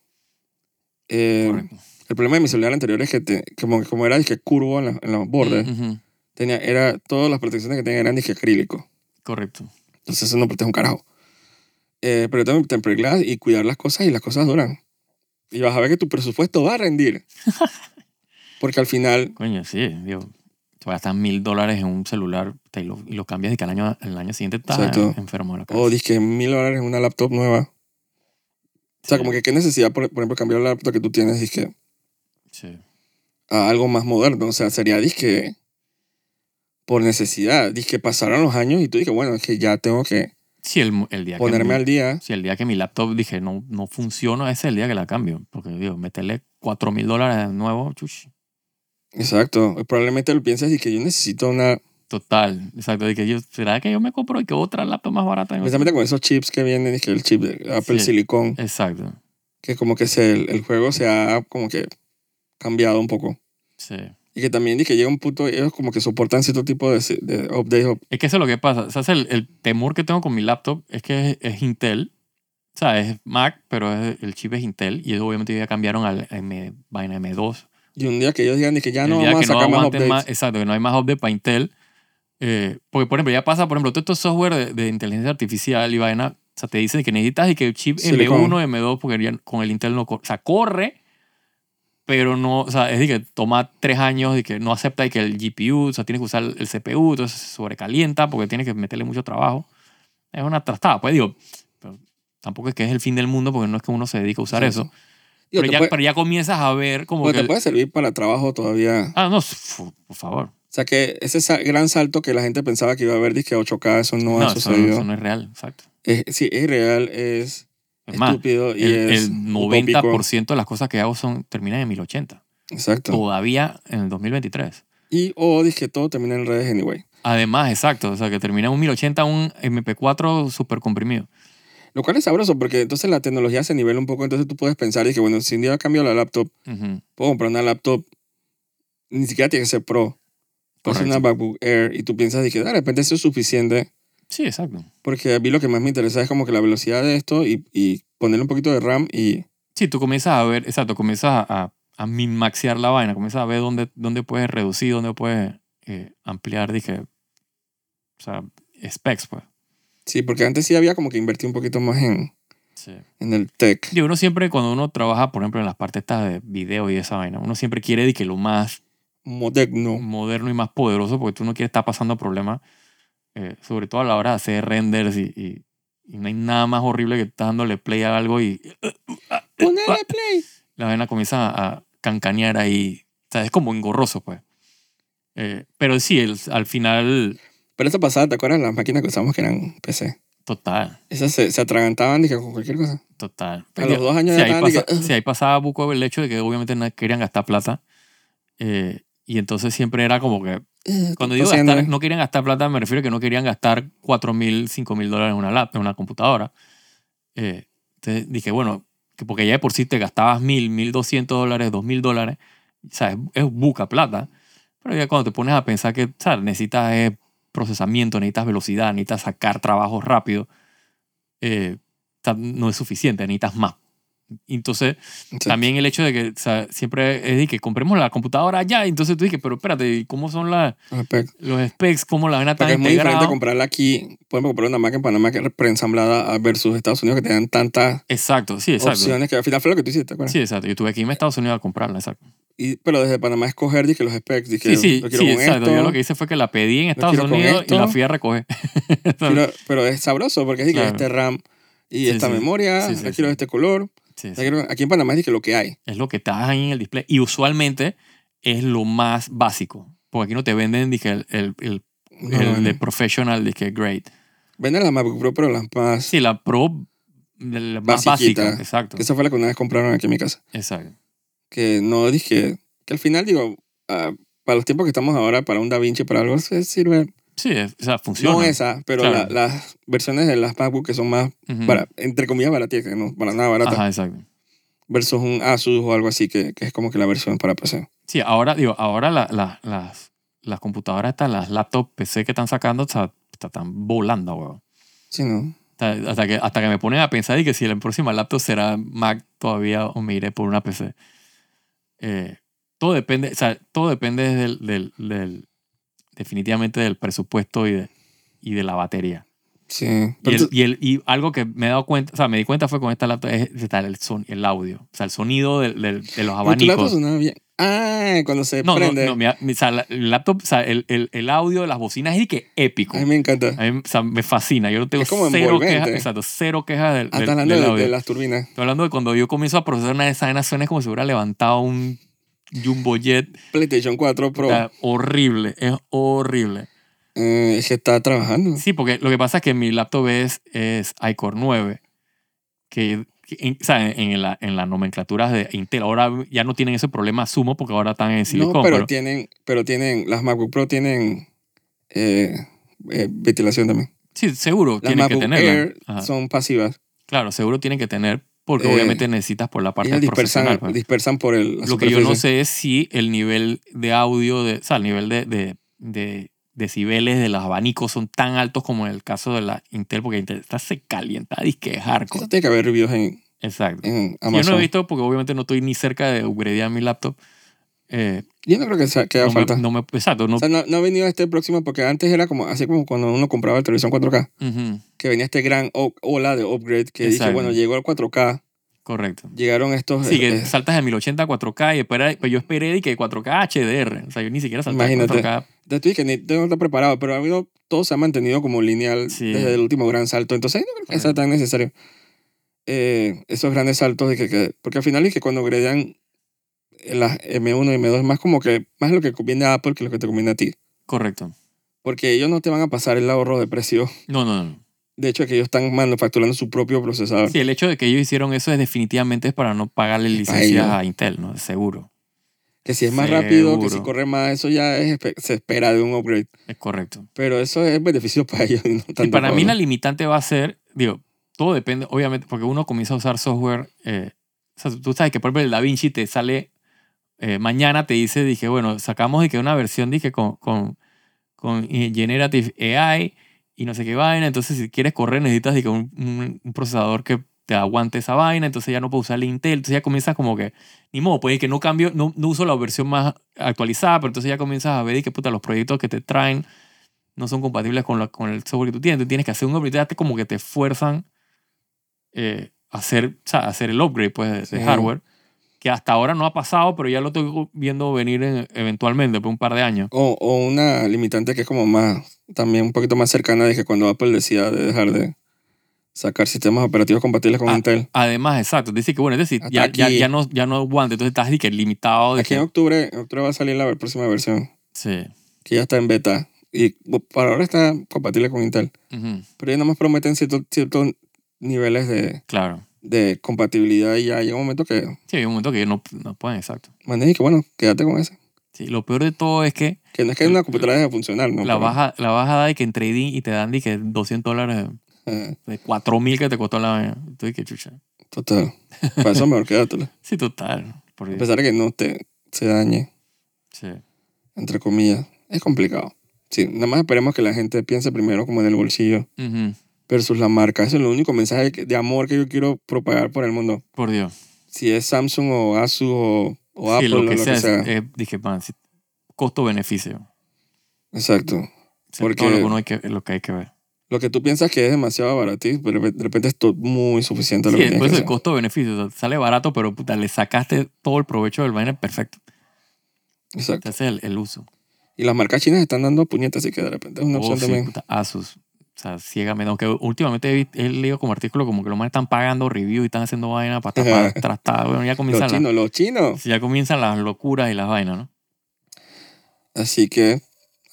Speaker 1: Eh,
Speaker 2: correcto.
Speaker 1: el problema de mi celular anterior es que te- como, como era disque curvo en, la- en los bordes,
Speaker 2: Ujú,
Speaker 1: tenía, era, todas las protecciones que tenía eran disque acrílico.
Speaker 2: Correcto.
Speaker 1: Entonces eso no protege un carajo. Eh, pero yo tengo mi tupperglass y cuidar las cosas y las cosas duran. Y vas a ver que tu presupuesto va a rendir. Porque al final,
Speaker 2: Coño, sí, digo, tú gastas mil dólares en un celular te lo, y lo cambias de que al año, el año siguiente estás
Speaker 1: Exacto.
Speaker 2: enfermo de la cabeza.
Speaker 1: oh, disque mil dólares en una laptop nueva. O sea,
Speaker 2: Sí,
Speaker 1: como que qué necesidad, por, por ejemplo, cambiar la laptop que tú tienes, disque,
Speaker 2: sí.
Speaker 1: a algo más moderno. O sea, sería, disque, por necesidad. Disque pasaron los años y tú dije, bueno, es que ya tengo que
Speaker 2: Sí, el, el día que
Speaker 1: ponerme
Speaker 2: mi,
Speaker 1: al día.
Speaker 2: sí, el día que mi laptop dije no, no funciona, ese es el día que la cambio. Porque digo, meterle cuatro mil dólares de nuevo, chush.
Speaker 1: Exacto. Y Probablemente lo piensas y que yo necesito una...
Speaker 2: Total, exacto. Dije, yo, ¿será que yo me compro y que otra laptop más barata? en-
Speaker 1: Precisamente con esos chips que vienen, dije, el chip de Apple
Speaker 2: Sí.
Speaker 1: Silicon,
Speaker 2: Exacto,
Speaker 1: que como que se, el, el juego se ha como que cambiado un poco.
Speaker 2: sí.
Speaker 1: Y que también dije, llega un punto, ellos como que soportan cierto tipo de, de updates. o-
Speaker 2: Es que eso es lo que pasa. O sea, es el, el temor que tengo con mi laptop es que es, es Intel. O sea, es Mac, pero es- el chip es Intel. Y eso obviamente ya cambiaron al M, vaina M2.
Speaker 1: Y un día que ellos digan, dije, ya Ah, no
Speaker 2: el día
Speaker 1: vamos a
Speaker 2: que no
Speaker 1: sacar más
Speaker 2: aguanten
Speaker 1: updates.
Speaker 2: más, exacto, que no hay más update para Intel. eh, porque, por ejemplo, ya pasa, por ejemplo, todo estos software de, de inteligencia artificial y vaina, o sea, te dicen que necesitas y que el chip
Speaker 1: Silicon.
Speaker 2: M1, M2, porque ya con el Intel no corre, o sea, corre, pero no, o sea, es decir, que toma tres años y que no acepta y que el GPU, o sea, tienes que usar el CPU, entonces se sobrecalienta porque tienes que meterle mucho trabajo. Es una trastada, pues digo, pero tampoco es que es el fin del mundo porque no es que uno se dedique a usar
Speaker 1: Exacto.
Speaker 2: eso.
Speaker 1: Digo,
Speaker 2: Pero
Speaker 1: te
Speaker 2: ya,
Speaker 1: puede-
Speaker 2: pero ya comienzas a ver como
Speaker 1: porque
Speaker 2: que...
Speaker 1: te
Speaker 2: el-
Speaker 1: puede servir para trabajo todavía.
Speaker 2: ah, no, f- por favor.
Speaker 1: O sea que ese sa- gran salto que la gente pensaba que iba a haber, dije 8K, eso no,
Speaker 2: No,
Speaker 1: ha
Speaker 2: eso,
Speaker 1: sucedido.
Speaker 2: eso no es real, exacto.
Speaker 1: Es- sí, es irreal, es
Speaker 2: Es más,
Speaker 1: estúpido y
Speaker 2: el,
Speaker 1: es
Speaker 2: el
Speaker 1: utópico.
Speaker 2: 90% de las cosas que hago son, terminan en 1080.
Speaker 1: Exacto.
Speaker 2: Todavía en el 2023.
Speaker 1: Y o dije todo termina en redes anyway.
Speaker 2: Además, exacto, o sea, que termina en un 1080, un MP4 súper comprimido.
Speaker 1: Lo cual es sabroso porque entonces la tecnología se nivela un poco, entonces tú puedes pensar, dije, bueno, si un día cambio la laptop,
Speaker 2: Ujú,
Speaker 1: puedo comprar una laptop, ni siquiera tiene que ser pro. Puedes
Speaker 2: correcto.
Speaker 1: una MacBook Air y tú piensas, dije, de repente eso es suficiente
Speaker 2: Sí, exacto.
Speaker 1: porque a mí lo que más me interesa es como que la velocidad de esto y, y ponerle un poquito de RAM y,
Speaker 2: Sí, tú comienzas a ver, exacto, comienzas a, a minmaxear la vaina, comienzas a ver dónde, dónde puedes reducir, dónde puedes eh, ampliar, dije, o sea, specs, pues.
Speaker 1: Sí, porque antes sí había como que invertir un poquito más en,
Speaker 2: Sí.
Speaker 1: en el tech.
Speaker 2: Digo, uno siempre, cuando uno trabaja, por ejemplo, en las partes estas de video y esa vaina, uno siempre quiere de que lo más
Speaker 1: Moderno.
Speaker 2: moderno y más poderoso, porque tú no quieres estar pasando problemas, eh, sobre todo a la hora de hacer renders y, y- y no hay nada más horrible que estás dándole play a algo y Eh, ah.
Speaker 1: Ponele play.
Speaker 2: la vaina comienza a, a cancanear ahí. O sea, es como engorroso, pues. Eh, pero sí, el- al final,
Speaker 1: Pero eso pasaba, ¿te acuerdas? Las máquinas que usamos que eran PC.
Speaker 2: total,
Speaker 1: Esas se, se atragantaban dije, con cualquier cosa.
Speaker 2: total.
Speaker 1: A los dos años
Speaker 2: si
Speaker 1: ya
Speaker 2: ahí,
Speaker 1: estaban,
Speaker 2: pasa-
Speaker 1: dije, "Ugh".
Speaker 2: si ahí pasaba buco el hecho de que obviamente no querían gastar plata. Eh, y entonces siempre era como que
Speaker 1: Eh,
Speaker 2: Cuando
Speaker 1: ¿qué
Speaker 2: digo
Speaker 1: está haciendo?
Speaker 2: gastar, no querían gastar plata, me refiero a que no querían gastar 4 mil, 5 mil dólares en una, lap- en una computadora. Eh, entonces dije, bueno, que porque ya de por sí te gastabas mil, mil doscientos dólares, dos mil dólares, o sea, es, es buca plata. Pero ya cuando te pones a pensar que o sea, necesitas eh, procesamiento, necesitas velocidad, necesitas sacar trabajos rápido, eh, o sea, no es suficiente, necesitas más. Entonces,
Speaker 1: Entonces,
Speaker 2: también el hecho de que o sea, siempre es de que compremos la computadora ya, entonces tú dices, pero espérate, ¿y ¿cómo son las,
Speaker 1: al respecto.
Speaker 2: los specs, cómo la vaina tan
Speaker 1: Ah, pues, Porque es muy diferente
Speaker 2: integrada.
Speaker 1: comprarla aquí. Podemos comprar una máquina en Panamá que es preensamblada a- versus Estados Unidos que te dan tantas
Speaker 2: Exacto, sí, exacto.
Speaker 1: opciones que al final fue lo que tú hiciste, ¿te acuerdas?
Speaker 2: Sí, exacto. Yo tuve que irme a Estados Unidos a comprarla, exacto.
Speaker 1: Y- pero desde Panamá escoger, dije, los specs. Dije,
Speaker 2: Sí, sí,
Speaker 1: lo quiero
Speaker 2: sí,
Speaker 1: con
Speaker 2: exacto.
Speaker 1: esto.
Speaker 2: Yo lo que hice fue que la pedí en Estados
Speaker 1: quiero con
Speaker 2: Unidos y
Speaker 1: esto.
Speaker 2: la fui a recoger.
Speaker 1: Quiero- pero es sabroso porque es dije,
Speaker 2: Claro.
Speaker 1: este RAM y
Speaker 2: Sí,
Speaker 1: esta
Speaker 2: sí.
Speaker 1: memoria,
Speaker 2: Sí, sí,
Speaker 1: yo quiero
Speaker 2: sí.
Speaker 1: este color.
Speaker 2: Sí,
Speaker 1: yo
Speaker 2: sí.
Speaker 1: quiero- aquí en Panamá dije lo que hay.
Speaker 2: Es lo que está ahí en el display. Y usualmente es lo más básico. Porque aquí no te venden, dije, el, el, el,
Speaker 1: No,
Speaker 2: el
Speaker 1: no,
Speaker 2: de
Speaker 1: no.
Speaker 2: professional, dije, great.
Speaker 1: Venden la MacBook Pro, pero las más...
Speaker 2: Sí, la pro, la más
Speaker 1: Basiquita.
Speaker 2: básica. Exacto,
Speaker 1: Esa fue la que una vez compraron aquí en mi casa.
Speaker 2: exacto.
Speaker 1: Que no dije... Que al final, digo, ah, para los tiempos que estamos ahora, para un Da Vinci, para algo, se sirve.
Speaker 2: Sí, es- o sea, funciona.
Speaker 1: No esa, pero
Speaker 2: Claro.
Speaker 1: la- las versiones de las MacBook que son más,
Speaker 2: Ujú.
Speaker 1: bara- entre comillas, baratas, que no para nada baratas,
Speaker 2: Ajá, exacto.
Speaker 1: versus un Asus o algo así, que, que es como que la versión para PC.
Speaker 2: Sí, ahora, digo, ahora la- la- las, las computadoras están, las laptops PC que están sacando, o sea, está- están volando, weón.
Speaker 1: Sí, ¿no?
Speaker 2: Hasta, hasta que, hasta que me ponen a pensar y que si la próxima laptop será Mac todavía o me iré por una PC. Eh, todo depende, o sea, todo depende del, del- del- definitivamente del presupuesto y de, y de la batería.
Speaker 1: Sí.
Speaker 2: Y,
Speaker 1: Pero tú-
Speaker 2: el- y el- y algo que me he dado cuenta, o sea, me di cuenta fue con esta laptop, es está el, son, el audio, o sea, el sonido del- del- de los
Speaker 1: pero tu laptop
Speaker 2: abanicos.
Speaker 1: sonaba bien. Ah, cuando se
Speaker 2: No, no,
Speaker 1: prende.
Speaker 2: no, mi, mi- o sea, la- el laptop, o sea, el, el, el audio de las bocinas es de que épico.
Speaker 1: A mí me encanta.
Speaker 2: A mí, o sea, me fascina. Yo no tengo
Speaker 1: Es como
Speaker 2: cero
Speaker 1: envolvente.
Speaker 2: quejas, exacto, cero quejas del,
Speaker 1: Ah,
Speaker 2: del-
Speaker 1: estás hablando
Speaker 2: del
Speaker 1: de-
Speaker 2: audio.
Speaker 1: de las turbinas.
Speaker 2: Estoy hablando de cuando yo comienzo a procesar una de esas vainas, suena como si hubiera levantado un jumbo jet.
Speaker 1: PlayStation 4 Pro.
Speaker 2: Está horrible, es horrible.
Speaker 1: Eh, es que está trabajando.
Speaker 2: Sí, porque lo que pasa es que mi laptop es, es iCore 9, que, que en, o sea, en, en la, en las nomenclaturas de Intel. Ahora ya no tienen ese problema sumo porque ahora están en silicón.
Speaker 1: no, pero,
Speaker 2: pero-
Speaker 1: tienen, pero tienen, las MacBook Pro tienen eh, eh, ventilación también.
Speaker 2: sí, seguro
Speaker 1: Las
Speaker 2: tienen que
Speaker 1: MacBook
Speaker 2: tenerla.
Speaker 1: Air
Speaker 2: Ajá.
Speaker 1: son pasivas.
Speaker 2: Claro, seguro tienen que tener, porque
Speaker 1: Eh,
Speaker 2: obviamente necesitas por la parte
Speaker 1: Ellas dispersan,
Speaker 2: profesional. pues.
Speaker 1: dispersan por el, la
Speaker 2: Lo que yo no
Speaker 1: superficie.
Speaker 2: sé es si el nivel de audio, de, o sea, el nivel de, de, de decibeles de los abanicos son tan altos como en el caso de la Intel, porque Intel está se calienta, disque
Speaker 1: Eso
Speaker 2: hardcore.
Speaker 1: tiene que haber reviews en,
Speaker 2: Exacto.
Speaker 1: en
Speaker 2: Yo no
Speaker 1: Eh, Amazon.
Speaker 2: he visto, porque obviamente no estoy ni cerca de upgradear mi laptop. Eh,
Speaker 1: Yo no creo que, sea, que haga
Speaker 2: no, me,
Speaker 1: falta.
Speaker 2: no me- Exacto, no.
Speaker 1: O sea, no, no ha venido este próximo porque antes era como así como cuando uno compraba el televisión 4K,
Speaker 2: Ujú,
Speaker 1: que venía este gran o- ola de upgrade que
Speaker 2: Exacto.
Speaker 1: dije, bueno, llegó al 4K,
Speaker 2: correcto.
Speaker 1: llegaron estos...
Speaker 2: Sí,
Speaker 1: eh,
Speaker 2: que
Speaker 1: eh,
Speaker 2: saltas de 1080 a 4K y espera- pues yo esperé y que 4K HDR. O sea, yo ni siquiera salté a
Speaker 1: Imagínate.
Speaker 2: 4K.
Speaker 1: De Twitch que ni tengo está preparado, pero ha habido, todo se ha mantenido como lineal
Speaker 2: Sí.
Speaker 1: desde el último gran salto. Entonces, no creo que sea tan necesario eh, esos grandes saltos. De que, que- porque al final es que cuando agregan eh, las M1 y M2 es más como que más lo que conviene a Apple que lo que te conviene a ti.
Speaker 2: Correcto.
Speaker 1: Porque ellos no te van a pasar el ahorro de precio.
Speaker 2: No, no, no.
Speaker 1: De hecho, es que ellos están manufacturando su propio procesador.
Speaker 2: Sí, el hecho de que ellos hicieron eso es definitivamente es para no pagarle licencias
Speaker 1: ellos.
Speaker 2: a Intel, ¿no? Seguro.
Speaker 1: que si es más rápido, que si
Speaker 2: seguro.
Speaker 1: corre más, eso ya es espe- se espera de un upgrade.
Speaker 2: Es correcto.
Speaker 1: Pero eso es beneficio para ellos. no
Speaker 2: Y
Speaker 1: tanto
Speaker 2: para mí la
Speaker 1: uno.
Speaker 2: limitante va a ser, digo, todo depende, obviamente, porque uno comienza a usar software. eh, o sea, tú sabes que, por ejemplo, el DaVinci te sale eh, mañana, te dice, dije, bueno, sacamos de que una versión, dije, con, con, con eh, Generative AI y no sé qué vaina. Entonces, si quieres correr, necesitas, dije, un, un- un procesador que te aguante esa vaina, entonces ya no puedo usar el Intel, entonces ya comienzas como que, ni modo, pues y que no cambio, no, no uso la versión más actualizada, pero entonces ya comienzas a ver y que puta, los proyectos que te traen no son compatibles con, la- con el software que tú tienes, tú tienes que hacer un upgrade, ya te- como que te fuerzan eh, a hacer, o sea, a hacer el upgrade pues, de- de,
Speaker 1: Sí.
Speaker 2: hardware, que hasta ahora no ha pasado, pero ya lo estoy viendo venir en- eventualmente, por un par de años.
Speaker 1: O, o una limitante que es como más, también un poquito más cercana de que cuando Apple decía de dejar de sacar sistemas operativos compatibles con
Speaker 2: Ah,
Speaker 1: Intel.
Speaker 2: Además, exacto, dice que bueno, es decir, ya,
Speaker 1: Hasta
Speaker 2: ya,
Speaker 1: aquí.
Speaker 2: ya no, ya no aguanta, entonces estás de que limitado. De
Speaker 1: Aquí en
Speaker 2: que,
Speaker 1: octubre, en octubre va a salir la próxima versión,
Speaker 2: sí.
Speaker 1: que ya está en beta. Y bu- para ahora está compatible con Intel.
Speaker 2: Ujú,
Speaker 1: Pero ya nada más prometen cierto- ciertos niveles de,
Speaker 2: claro.
Speaker 1: de compatibilidad y ya llega un momento que,
Speaker 2: Sí, hay un momento que no, no pueden, exacto.
Speaker 1: man, y que bueno, quédate con ese.
Speaker 2: Sí, lo peor de todo es que
Speaker 1: Que no es que una computadora deje de funcionar, ¿no?
Speaker 2: la,
Speaker 1: Pero,
Speaker 2: baja, la baja da de que en trading y te dan de que 200 dólares
Speaker 1: eh,
Speaker 2: de 4000 que te costó la vaina. Entonces, que chucha.
Speaker 1: total. Para eso mejor quédatela.
Speaker 2: Sí, total. por
Speaker 1: A
Speaker 2: Dios.
Speaker 1: pesar de que no te se dañe.
Speaker 2: Sí.
Speaker 1: entre comillas. Es complicado. Sí, nada más esperemos que la gente piense primero como en el bolsillo
Speaker 2: Ujú,
Speaker 1: versus la marca. Eso es el único mensaje que- de amor que yo quiero propagar por el mundo.
Speaker 2: Por Dios.
Speaker 1: Si es Samsung o Asus o, o
Speaker 2: Sí,
Speaker 1: Apple
Speaker 2: lo que
Speaker 1: o lo
Speaker 2: sea.
Speaker 1: que
Speaker 2: es-
Speaker 1: sea.
Speaker 2: eh, dije, man, sí, costo-beneficio.
Speaker 1: Exacto.
Speaker 2: Sí,
Speaker 1: Porque-
Speaker 2: Todo lo que, uno hay que, lo que hay que ver.
Speaker 1: Lo que tú piensas que es demasiado baratito, pero de repente es to- muy suficiente a
Speaker 2: Sí,
Speaker 1: lo que tienes
Speaker 2: después
Speaker 1: que
Speaker 2: el
Speaker 1: hacer.
Speaker 2: costo-beneficio. o sea, sale barato, pero puta, le sacaste todo el provecho del vaina perfecto.
Speaker 1: Exacto.
Speaker 2: Te hace el, el uso.
Speaker 1: Y las marcas chinas están dando puñetas, así que de repente es una
Speaker 2: Oh,
Speaker 1: opción
Speaker 2: sí,
Speaker 1: también.
Speaker 2: puta, Asus. O sea, ciegamente. Aunque últimamente he, vi- he leído como artículo como que los más están pagando review y están haciendo vaina para tapar, trastar. Bueno, ya
Speaker 1: Los
Speaker 2: comienzan,
Speaker 1: chinos, los
Speaker 2: las,
Speaker 1: chinos.
Speaker 2: ya comienzan las locuras y las vainas, ¿no?
Speaker 1: Así que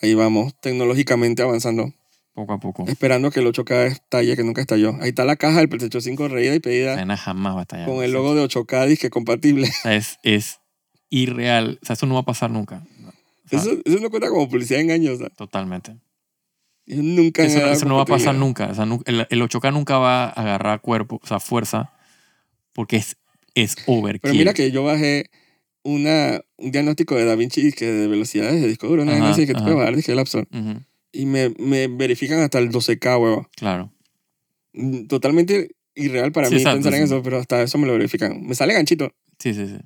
Speaker 1: ahí vamos, tecnológicamente avanzando.
Speaker 2: Poco a poco.
Speaker 1: esperando que el 8K estalle, que nunca estalló. Ahí está la caja del PlayStation 5 reída y pedida
Speaker 2: La vaina jamás va a estallar.
Speaker 1: con el logo de 8K disque compatible.
Speaker 2: O sea, es, es irreal. O sea, eso no va a pasar nunca. O sea,
Speaker 1: Eso, eso no cuenta como publicidad engañosa.
Speaker 2: totalmente.
Speaker 1: Yo nunca
Speaker 2: Eso,
Speaker 1: me he dado
Speaker 2: eso no va a pasar
Speaker 1: compatibilidad.
Speaker 2: nunca. O sea, nu- el, el 8K nunca va a agarrar cuerpo, o sea, fuerza, porque es, es overkill.
Speaker 1: Pero mira que yo bajé una, un diagnóstico de Da Vinci que de velocidades de disco duro, una
Speaker 2: Ajá,
Speaker 1: vaina así que te
Speaker 2: ajá.
Speaker 1: puedes bajar disque lapso.
Speaker 2: Ujú,
Speaker 1: Y me, me verifican hasta el 12K, huevo.
Speaker 2: claro.
Speaker 1: Mm, Totalmente irreal para
Speaker 2: Sí,
Speaker 1: mí
Speaker 2: exacto,
Speaker 1: pensar en
Speaker 2: sí.
Speaker 1: eso, pero hasta eso me lo verifican. Me sale ganchito.
Speaker 2: Sí, sí, sí.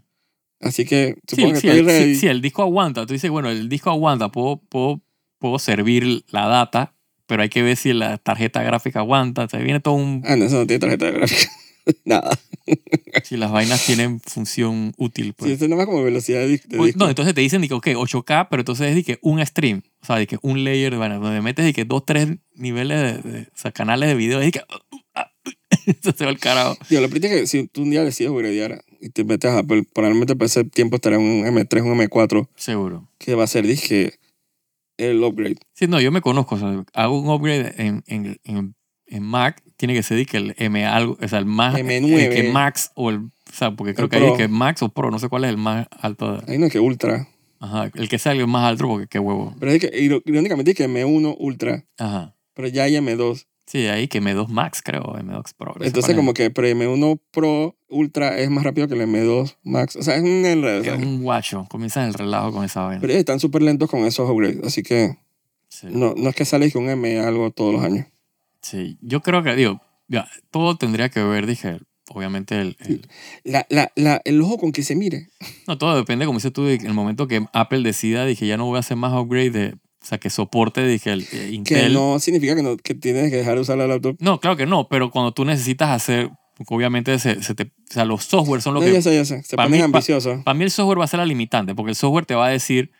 Speaker 1: Así que
Speaker 2: Sí,
Speaker 1: supongo
Speaker 2: sí,
Speaker 1: que estoy
Speaker 2: el, sí,
Speaker 1: ready.
Speaker 2: sí, el disco aguanta. Tú dices, bueno, el disco aguanta, puedo, puedo, puedo servir la data, pero hay que ver si la tarjeta gráfica aguanta. Se viene todo un...
Speaker 1: Ah, no, eso no tiene tarjeta gráfica. Nada.
Speaker 2: Si las vainas tienen función útil.
Speaker 1: Sí,
Speaker 2: Pues.
Speaker 1: eso es nada más como velocidad de dis- de
Speaker 2: Pues,
Speaker 1: disco.
Speaker 2: no, entonces te dicen, de que, ok, 8K, pero entonces es de que un stream, o sea, de que un layer de vaina, donde metes de que dos, tres niveles de, de- o sea, canales de video, es de que... Eso se va el carajo.
Speaker 1: Tío, lo primero es que si tú un día decides upgradear y te metes a Apple, probablemente para ese tiempo estará un M3, un M4,
Speaker 2: Seguro.
Speaker 1: que va a ser, dije, el upgrade.
Speaker 2: Sí, no, yo me conozco. o sea, hago un upgrade en, en, en, en Mac, tiene que ser di que el M algo, o sea, el más
Speaker 1: M9.
Speaker 2: el que Max o el, o sea, porque creo
Speaker 1: El
Speaker 2: que hay
Speaker 1: Pro.
Speaker 2: que Max o Pro, no sé cuál es el más alto. de-
Speaker 1: Ahí no es que ultra.
Speaker 2: ajá, el que sale el más alto porque qué huevo.
Speaker 1: Pero es que, ir- irónicamente, es que M1 ultra,
Speaker 2: Ajá.
Speaker 1: pero ya hay M2.
Speaker 2: Sí, ahí que M2 Max, creo, M2 Pro. no sé cuál
Speaker 1: Entonces,
Speaker 2: es.
Speaker 1: como que, pero M1 Pro ultra es más rápido que el M2 Max. O sea, es un enredo.
Speaker 2: es
Speaker 1: ¿sabes?
Speaker 2: un guacho, comienza el relajo con esa vaina.
Speaker 1: Pero ellos están súper lentos con esos upgrades, así que
Speaker 2: Sí,
Speaker 1: no, no es que sales con un M algo todos los años.
Speaker 2: sí. Yo creo que, digo, ya, todo tendría que ver, dije, obviamente el- el,
Speaker 1: La, la, la, el ojo con que se mire.
Speaker 2: No, todo depende, como dices tú, de que el momento que Apple decida, dije, ya no voy a hacer más upgrade, de, o sea, que soporte, dije, el, eh,
Speaker 1: Que
Speaker 2: Intel. No.
Speaker 1: no significa que, no, que tienes que dejar de usar la laptop.
Speaker 2: claro que no, pero cuando tú necesitas hacer, porque obviamente se, se te, o sea, los software son lo
Speaker 1: No,
Speaker 2: que...
Speaker 1: ya sé, ya sé. Se
Speaker 2: pa'
Speaker 1: ponen
Speaker 2: mí- pa-
Speaker 1: ambiciosos.
Speaker 2: Para mí el software va a ser la limitante, porque el software te va a decir,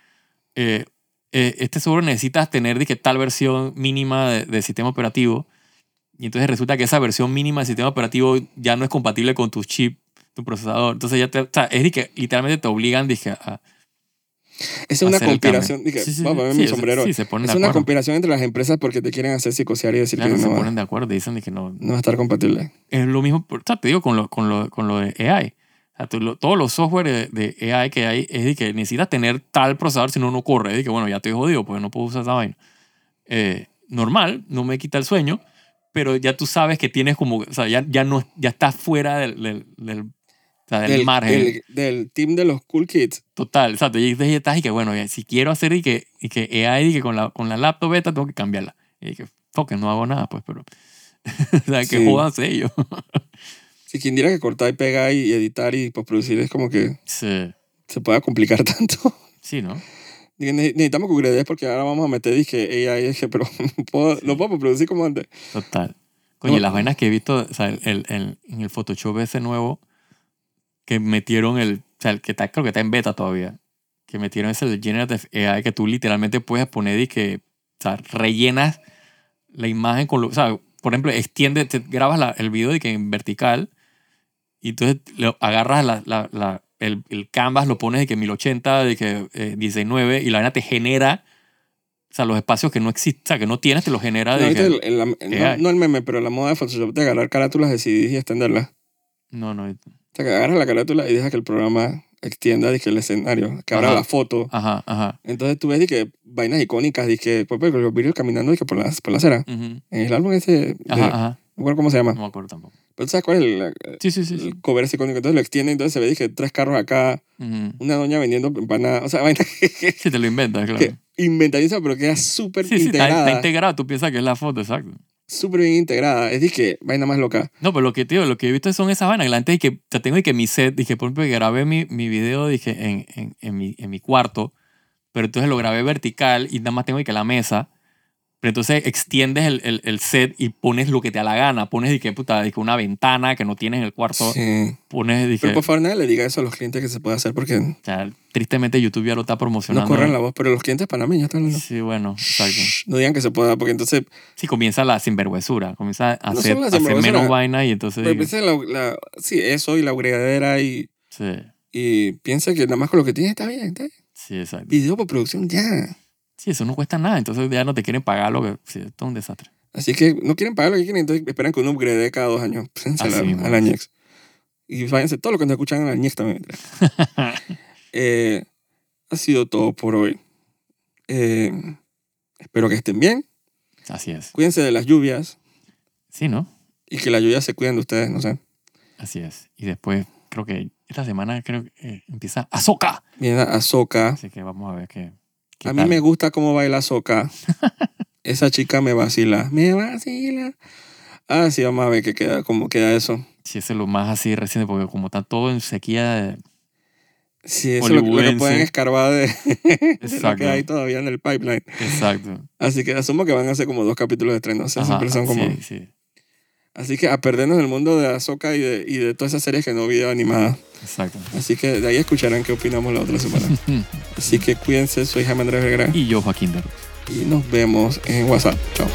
Speaker 2: eh, eh, este software necesitas tener, dije, tal versión mínima de, de sistema operativo, y entonces resulta que esa versión mínima de sistema operativo ya no es compatible con tu chip, tu procesador. Entonces ya te, o sea, es de que literalmente te obligan, dije, a,
Speaker 1: Esa es una
Speaker 2: hacer el
Speaker 1: conspiración.
Speaker 2: cambio.
Speaker 1: Dije,
Speaker 2: Sí, sí,
Speaker 1: voy a
Speaker 2: sí,
Speaker 1: poner
Speaker 2: sí,
Speaker 1: mi
Speaker 2: es-
Speaker 1: sombrero.
Speaker 2: sí, se ponen
Speaker 1: es
Speaker 2: de
Speaker 1: una
Speaker 2: acuerdo.
Speaker 1: conspiración entre las empresas porque te quieren hacer psicosear y decir
Speaker 2: Claro,
Speaker 1: que
Speaker 2: se
Speaker 1: no va,
Speaker 2: ponen de acuerdo y dicen de que no.
Speaker 1: no va a estar compatible.
Speaker 2: Es lo mismo, por- o sea, te digo, con lo, con lo, con lo de AI. O sea, tú lo- todos los software de, de AI que hay es de que necesitas tener tal procesador si no, no corre. Es de que, bueno, ya estoy jodido, pues no puedo usar esa vaina. Eh, normal, no me quita el sueño, pero ya tú sabes que tienes como, o sea, ya, ya, no, ya estás fuera del, del, del- o sea, del margen.
Speaker 1: Del, del team de los cool kids.
Speaker 2: Total, exacto. Y ahí estás y que, bueno, ya, si quiero hacer y que, y que AI y que con la, con la laptop beta tengo que cambiarla. Y que, fuck, no hago nada, pues, pero... o sea, que
Speaker 1: Sí.
Speaker 2: jodanse ellos.
Speaker 1: Si quien diera que cortar y pegar y editar y postproducir es como que
Speaker 2: Sí,
Speaker 1: se pueda complicar tanto.
Speaker 2: sí ¿no?
Speaker 1: Ne- Necesitamos congredes porque ahora vamos a meter dije AI, dije, pero no puedo, no puedo producir como antes.
Speaker 2: Total. Coño, y
Speaker 1: No.
Speaker 2: las vainas que he visto, o sea, el, el- el- en el Photoshop ese nuevo, que metieron el, o sea, el que está, creo que está en beta todavía, que metieron ese del Generative AI, que tú literalmente puedes poner y que, o sea, rellenas la imagen con lo, o sea, por ejemplo, extiende, te grabas la- el video y que en vertical, y entonces lo, agarras la, la- la- el, el canvas, lo pones de que 1080, de que eh, 19, y la vaina te genera, o sea, los espacios que no existen, o sea, que no tienes, te los genera.
Speaker 1: No,
Speaker 2: de
Speaker 1: ¿viste
Speaker 2: que-
Speaker 1: el- el- la- no,
Speaker 2: AI?
Speaker 1: no el meme, pero la moda de Photoshop de agarrar carátulas de CDs y extenderlas.
Speaker 2: no, no,
Speaker 1: O sea, que agarras la carátula y deja que el programa extienda dizque, el escenario, que abra
Speaker 2: Ajá.
Speaker 1: la foto.
Speaker 2: Ajá, ajá.
Speaker 1: Entonces tú ves dizque, vainas icónicas, dizque, pues, pues, los virus caminando dizque, por, la, por la acera.
Speaker 2: Ujú.
Speaker 1: En el álbum ese, de-
Speaker 2: Ajá,
Speaker 1: no
Speaker 2: ajá.
Speaker 1: me acuerdo cómo se
Speaker 2: No
Speaker 1: llama.
Speaker 2: me acuerdo tampoco.
Speaker 1: Pero tú sabes cuál es el,
Speaker 2: Sí, sí, sí. sí.
Speaker 1: el cover ese icónico. Entonces lo extiende, entonces se ve dizque, tres carros acá,
Speaker 2: Ujú.
Speaker 1: una doña vendiendo empanadas. O sea, vainas que,
Speaker 2: Sí, te lo inventas, claro.
Speaker 1: que inventadiza, pero queda súper
Speaker 2: Sí, sí, está,
Speaker 1: integrada.
Speaker 2: está integrado. Tú piensas que es la foto, exacto.
Speaker 1: súper bien integrada. Es dizque, vaina más loca.
Speaker 2: No, pero lo que, tío, lo que he visto son esas vainas. que La gente que te tengo y que mi set, dije, por ejemplo, que grabé mi, mi video, dije, en, en, en, mi, en mi cuarto, pero entonces lo grabé vertical y nada más tengo y que la mesa. Pero entonces extiendes el, el, el set y pones lo que te da la gana. Pones, dije, puta, dije, una ventana que no tienes en el cuarto.
Speaker 1: Sí.
Speaker 2: Pones, dije,
Speaker 1: Pero por favor, nadie le diga eso a los clientes que se puede hacer porque
Speaker 2: o sea, tristemente YouTube ya lo está
Speaker 1: no
Speaker 2: promocionando.
Speaker 1: corren la voz. Pero los clientes panameños están hablando.
Speaker 2: Sí, bueno, exacto.
Speaker 1: Shh, No digan que se pueda, porque entonces,
Speaker 2: Sí, comienza la sinvergüenzura. Comienza a
Speaker 1: No
Speaker 2: hacer,
Speaker 1: solo la
Speaker 2: a hacer
Speaker 1: sinvergüenzura.
Speaker 2: menos vaina y entonces...
Speaker 1: pero
Speaker 2: digo,
Speaker 1: pues, piensa en la, la- sí, eso y la bregadera y,
Speaker 2: sí,
Speaker 1: y piensa que nada más con lo que tienes está bien, está bien.
Speaker 2: sí, exacto.
Speaker 1: Video por producción ya.
Speaker 2: Sí, eso no cuesta nada. Entonces ya no te quieren pagar lo que... Sí, es todo un desastre.
Speaker 1: Así que no quieren pagar lo que quieren, entonces esperan que uno upgrade cada dos años. Pénsela
Speaker 2: Así mismo.
Speaker 1: al Añex. Y váyanse todo lo que nos escuchan al Añex también. Eh, ha sido todo por hoy. Eh, espero que estén bien.
Speaker 2: Así es.
Speaker 1: Cuídense de las lluvias
Speaker 2: Sí, ¿no?
Speaker 1: y que las lluvias se cuiden de ustedes, no sé.
Speaker 2: Así es. Y después creo que esta semana creo que eh, empieza Azoka.
Speaker 1: Viene a Soca.
Speaker 2: Así que vamos a ver qué... qué
Speaker 1: A mí
Speaker 2: tal.
Speaker 1: me gusta cómo baila Soca. Esa chica me vacila. Me vacila. Ah, sí, vamos a ver qué queda, cómo queda eso.
Speaker 2: Sí, eso es lo más así reciente porque como está todo en sequía... eh,
Speaker 1: Sí, eso es lo, que- lo que
Speaker 2: Hollywoodense.
Speaker 1: pueden escarbar de, de lo
Speaker 2: Exacto.
Speaker 1: que hay todavía en el pipeline.
Speaker 2: Exacto.
Speaker 1: Así que asumo que van a ser como dos capítulos de estreno. O sea,
Speaker 2: Ajá,
Speaker 1: siempre son como...
Speaker 2: Sí, sí.
Speaker 1: Así que a perdernos en el mundo de Azoka y de, y de todas esas series que no vi animadas.
Speaker 2: Exacto.
Speaker 1: Así que de ahí escucharán qué opinamos la otra semana. Así que cuídense, soy Jaime Andrés Vergara
Speaker 2: y yo, Joaquín Dor.
Speaker 1: y nos vemos en WhatsApp. Chao.